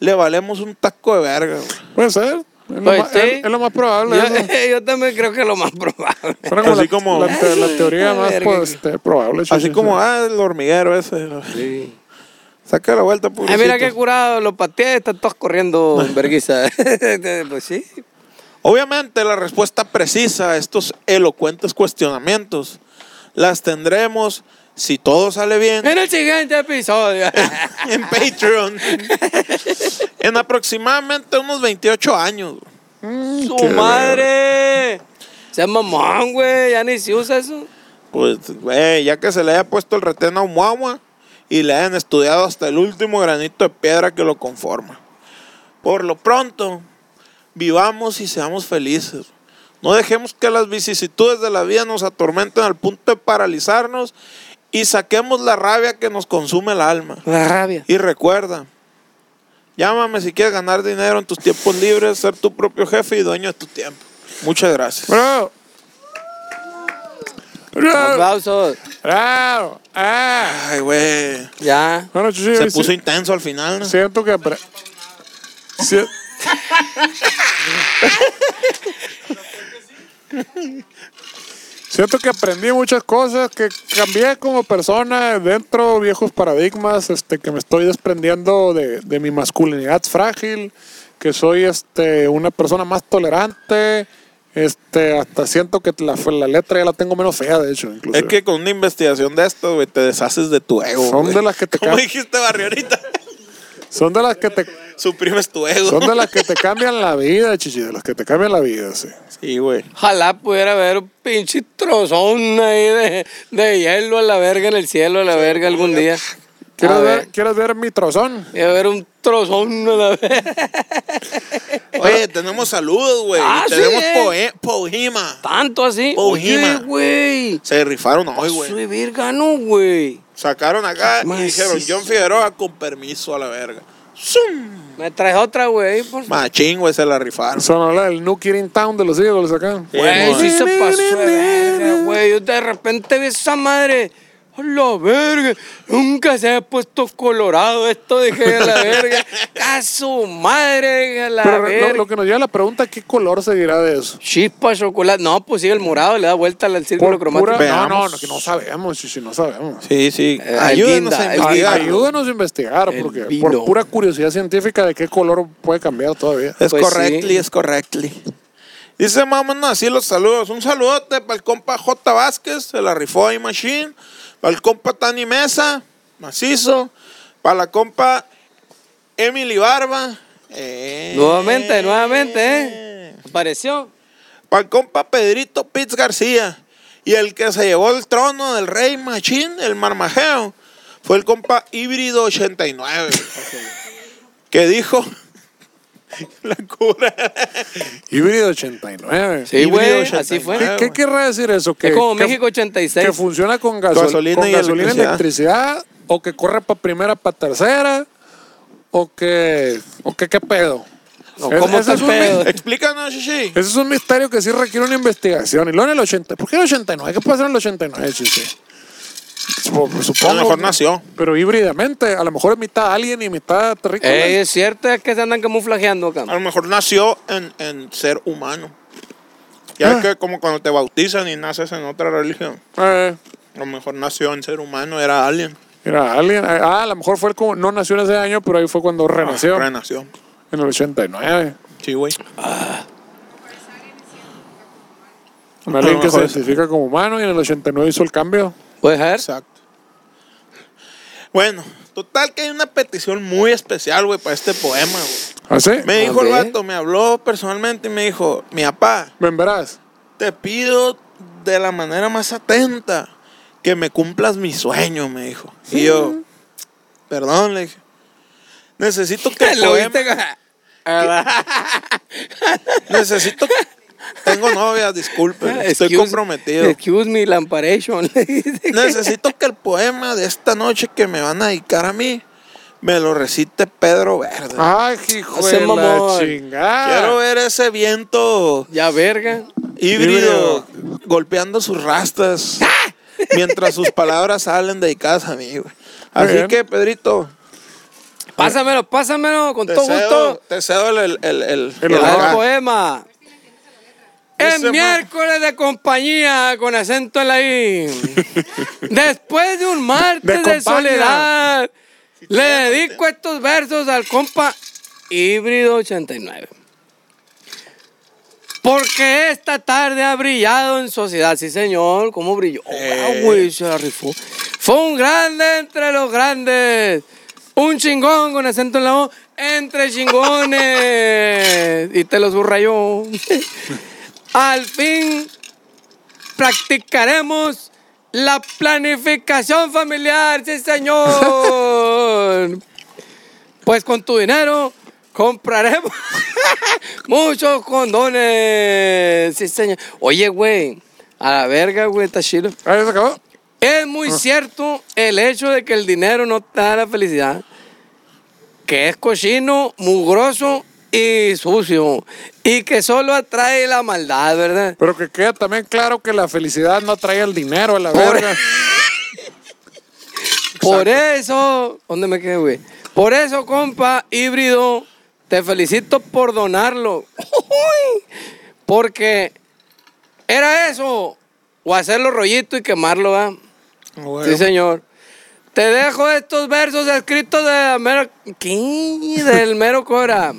A: Le valemos un taco de verga, güey.
B: Puede ser. Es lo,
C: Pues
B: más,
C: sí.
B: es- es lo más probable. eso.
C: (laughs) Yo, yo también creo que es lo más probable.
B: Suena como
A: Así
B: la,
A: como-
B: la, te- la teoría
C: Ay,
B: más
C: verga.
B: pues, este, probable. chichi,
A: Así
B: sí.
A: como, ah, el hormiguero ese.
C: Sí.
A: Saca la vuelta,
C: Ay, Ah, mira qué
A: pobrecito.
C: curado, los pateé, están todos corriendo en verguiza. (laughs) pues sí.
A: Obviamente la respuesta precisa a estos elocuentes cuestionamientos las tendremos si todo sale bien (laughs)
C: En el siguiente episodio.
A: en Patreon en aproximadamente unos 28 años.
C: ¡Su madre! Sea mamón, güey, ya ni se usa eso.
A: Pues, güey, ya que se le haya puesto el retén a Umuagua y le hayan estudiado hasta el último granito de piedra que lo conforma. Por lo pronto, vivamos y seamos felices. No dejemos que las vicisitudes de la vida nos atormenten al punto de paralizarnos y saquemos la rabia que nos consume el alma.
C: La rabia.
A: Y recuerda, llámame si quieres ganar dinero en tus tiempos libres, ser tu propio jefe y dueño de tu tiempo. Muchas gracias.
B: Bravo. Bravo.
C: Aplausos.
B: Bravo. Ah.
A: Ay, güey.
C: Ya.
B: Bueno, chichi,
A: Se
B: hoy sí-
A: puso intenso al final. ¿no?
B: siento que... apre- si- Siento que aprendí muchas cosas, que cambié como persona dentro viejos paradigmas, este, que me estoy desprendiendo de, de mi masculinidad frágil, que soy este, una persona más tolerante, este, hasta siento que la, la letra ya la tengo menos fea, de hecho. Inclusive.
A: Es que con una investigación de esto, güey, te deshaces de tu ego.
B: Son
A: güey.
B: de las que te
A: Como
B: ca-
A: dijiste, barrio, ahorita. (laughs)
B: Son de las que te,
A: Suprimes tu ego.
B: son de las que te cambian la vida, chichi, de las que te cambian la vida, sí.
A: Sí,
B: (laughs)
A: güey.
C: Ojalá pudiera haber un pinche trozón ahí de, de hielo a la verga en el cielo a la verga algún día.
B: ¿Quieres
C: A
B: ver,
C: ver.
B: ¿Quieres ver mi trozón?
C: Y a ver un trozón a la vez.
A: Oye, tenemos saludos, güey.
C: Ah,
A: y tenemos
B: eh.
C: sí,
A: poe- poema.
C: Tanto así.
A: Ojima.
C: Oye, güey.
A: Se rifaron hoy, güey.
C: Soy verga, no, güey.
A: Sacaron acá y
C: Mas-
A: dijeron, John Figueroa, con permiso a la verga. ¡Zum!
C: Me traes otra, güey, por favor.
A: Machín, güey, se la rifaron.
B: Sonó la del New Kid in Town de los Eagles acá.
A: Sí,
C: Güey,
A: mon.
C: sí se pasó de verga, güey. Yo de repente vi esa madre. A la verga. Nunca se ha puesto colorado esto, dije a la verga. A su madre, dije, a la
B: Pero
C: verga.
B: lo, lo que nos lleva a la pregunta, ¿qué color seguirá de eso?
C: Chispa, chocolate. No, pues sí, el morado le da vuelta al círculo
B: Por
C: cromático.
B: pura- No, no,
A: Veamos.
B: no, que no sabemos, chichi, no sabemos.
A: Sí, sí.
C: Eh,
A: Ayúdenos
C: guinda,
A: a
C: el
B: Ay,
A: investigar.
B: ayúdanos a investigar,
C: El
B: porque
C: vino.
B: por pura curiosidad científica de qué color puede cambiar
C: (laughs)
B: todavía.
A: Es
C: Pues
A: correctly,
C: sí.
A: es correctly. Dice, vámonos así los saludos. Un saludote para el compa J. Vázquez, se la rifó y Machine. Para el compa Tani Mesa, macizo. Para la compa Emily Barba. eh.
C: Nuevamente, nuevamente, ¿eh? Apareció.
A: Para el compa Pedrito Pitts García. Y el que se llevó el trono del rey Machín, el marmajeo, fue el compa Híbrido 89. que dijo (laughs) la cura.
B: Híbrido 89.
C: Sí,
A: Híbrido
C: güey,
A: 89.
C: así fue.
B: ¿Qué, qué querrá decir eso? Que,
C: es como
B: que-
C: México 86.
B: que funciona con, gasol-
A: Gasolina
B: con
A: y
B: gasolina y
A: electricidad.
B: electricidad, o que corre para primera, para tercera, o que, o que qué pedo.
C: O
B: Es-
C: cómo
B: ese
C: está
B: es un
C: el pedo.
B: mi-
A: Explícanos, Shishi.
B: ese es un misterio que sí requiere una investigación. Y luego en el 80, ¿por qué el 89? ¿Qué pasó en el 89, chichi? Sup- Supongo.
A: A lo mejor
B: ¿no?
A: nació.
B: Pero híbridamente, a lo mejor es mitad alien y mitad terrícola.
C: Ey, es cierto, es que se andan camuflajeando acá.
A: A lo mejor nació en, en ser humano. Ya es que como cuando te bautizan y naces en otra religión.
B: Eh,
A: A lo mejor nació en ser humano, era alien.
B: era alien. Eh, Ah, a lo mejor fue como. No nació en ese año, pero ahí fue
A: Ah,
B: cuando renació.
A: Renació.
B: en el 89.
A: Sí, güey.
B: Un alien
A: lo
B: que se
A: mejor es-
B: identifica como humano y en el 89 hizo el cambio.
C: Puede ser. (laughs)
A: Exacto. Bueno, total que hay una petición muy especial, güey, para este poema, güey.
B: ¿Así?
A: Me dijo el
C: Ok.
A: vato, me habló personalmente y me dijo, mi papá,
B: Ven, verás.
A: te pido de la manera más atenta que me cumplas mi sueño, me dijo. Y yo, perdón, le dije, necesito que el
C: (laughs) Lo
A: Este poema-
C: viste.
A: Necesito. Tengo novia,
C: (laughs)
A: disculpen. Estoy
C: Excuse-
A: comprometido.
C: Excuse me, (laughs) Lamparation.
A: Necesito que el poema de esta noche que me van a dedicar a mí me lo recite Pedro Verde.
C: Ah.
B: Ay, hijo
C: Ese
B: de la
C: mamón.
B: chingada.
A: Quiero ver ese viento
C: ya, verga.
A: híbrido golpeando sus rastas
C: ¡Ah!
A: mientras sus palabras salen dedicadas a mí. güey. Así
B: bien.
A: que, Pedrito,
C: Pásamelo, pásamelo, con
A: te
C: todo
A: cedo,
C: gusto.
A: te cedo el, el, el, el-
B: El
A: el-
B: honor.
C: El
A: acá.
C: poema.
A: Ese ma-
C: El miércoles de compañía con acento en la I. Después de un martes
B: De
C: de,
B: compañía.
C: soledad, le dedico estos versos al compa Híbrido 89. Porque esta tarde ha brillado en sociedad. Sí, señor, cómo brilló. Ah, güey, se la rifó. Fue un grande entre los grandes. Un chingón con acento en la O. Entre chingones. y te lo subrayó. (laughs) Al fin practicaremos la planificación familiar, sí señor. pues con tu dinero compraremos muchos condones, sí señor. Oye, güey, a la verga, güey, está chido.
B: Ahí se acabó.
C: Es muy cierto el hecho de que el dinero no te da la felicidad, que es cochino, mugroso y sucio, y que solo atrae la maldad, ¿verdad?
B: Pero que queda también claro que la felicidad no trae el dinero a la
C: Por-
B: verga.
C: Por eso, ¿dónde me quedé, güey? Por eso, compa, híbrido, te felicito por donarlo. Uy, Porque era eso, o hacerlo rollito y quemarlo, ¿va?
A: Güey.
C: Sí, señor. Te dejo estos versos escritos de la mero... ¿Qué? Del mero Cora.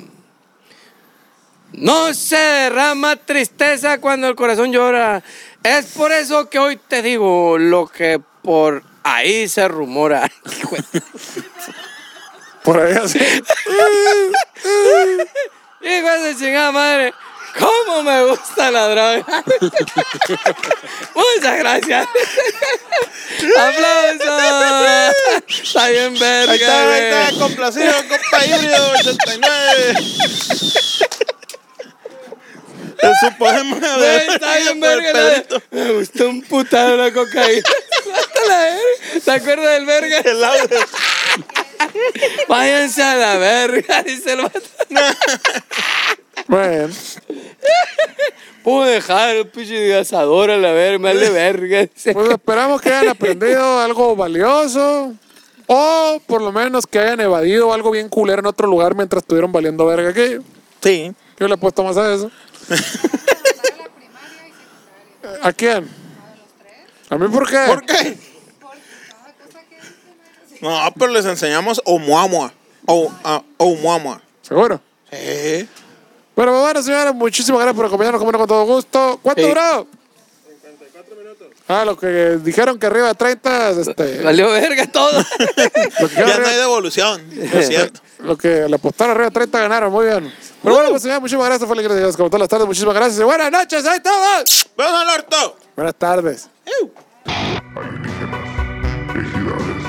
C: No se derrama tristeza cuando el corazón llora. Es por eso que hoy te digo lo que por ahí se rumora. (laughs) Hijo de-
B: Por ahí así.
C: Hijo de su chingada madre. ¿Cómo me gusta la droga? (laughs) Muchas gracias. (laughs) ¡Aplausos! Está bien verga,
A: Ahí está, ahí
C: güey.
A: está, complacido, compa híbrido 89. En su poema de
C: (laughs) Güey, está bien
A: por el
C: verga, la-
A: Pedrito.
C: Me gustó un putado la (laughs) cocaína. Hasta la verga. ¿Te acuerdas del verga?
A: El audio.
C: Váyanse a la verga, (laughs) dice el vato.
B: Bueno,
C: Puedo dejar el pinche de asador a la verga, me vale verga. dice.
B: pues esperamos que hayan aprendido algo valioso. O por lo menos que hayan evadido algo bien culero en otro lugar mientras estuvieron valiendo verga aquí.
A: Sí.
B: Yo le he puesto más a eso. ¿A quién? ¿A mí por qué?
A: ¿Por qué? No, pero les enseñamos Oumuamua. O, a- Oumuamua.
B: Seguro.
A: Sí.
B: Pero bueno, señores, muchísimas gracias por acompañarnos, como no, con todo gusto. ¿Cuánto
C: Sí.
B: duró? 54 minutos. Ah, lo que dijeron que arriba de 30, este,
C: Valió verga todo. (laughs)
B: lo, que
A: Ya no
B: arriba-
A: hay devolución. Es
B: (laughs)
A: cierto.
B: Eh,
A: Uh.
B: lo que le apostaron arriba de 30 ganaron, muy bien. Pero bueno, pues señores, muchísimas gracias, fue la gracias, como todas las tardes, muchísimas gracias y buenas noches a todos.
A: ¡Vamos al orto!
B: Buenas tardes.
D: alienígenas, ejidales,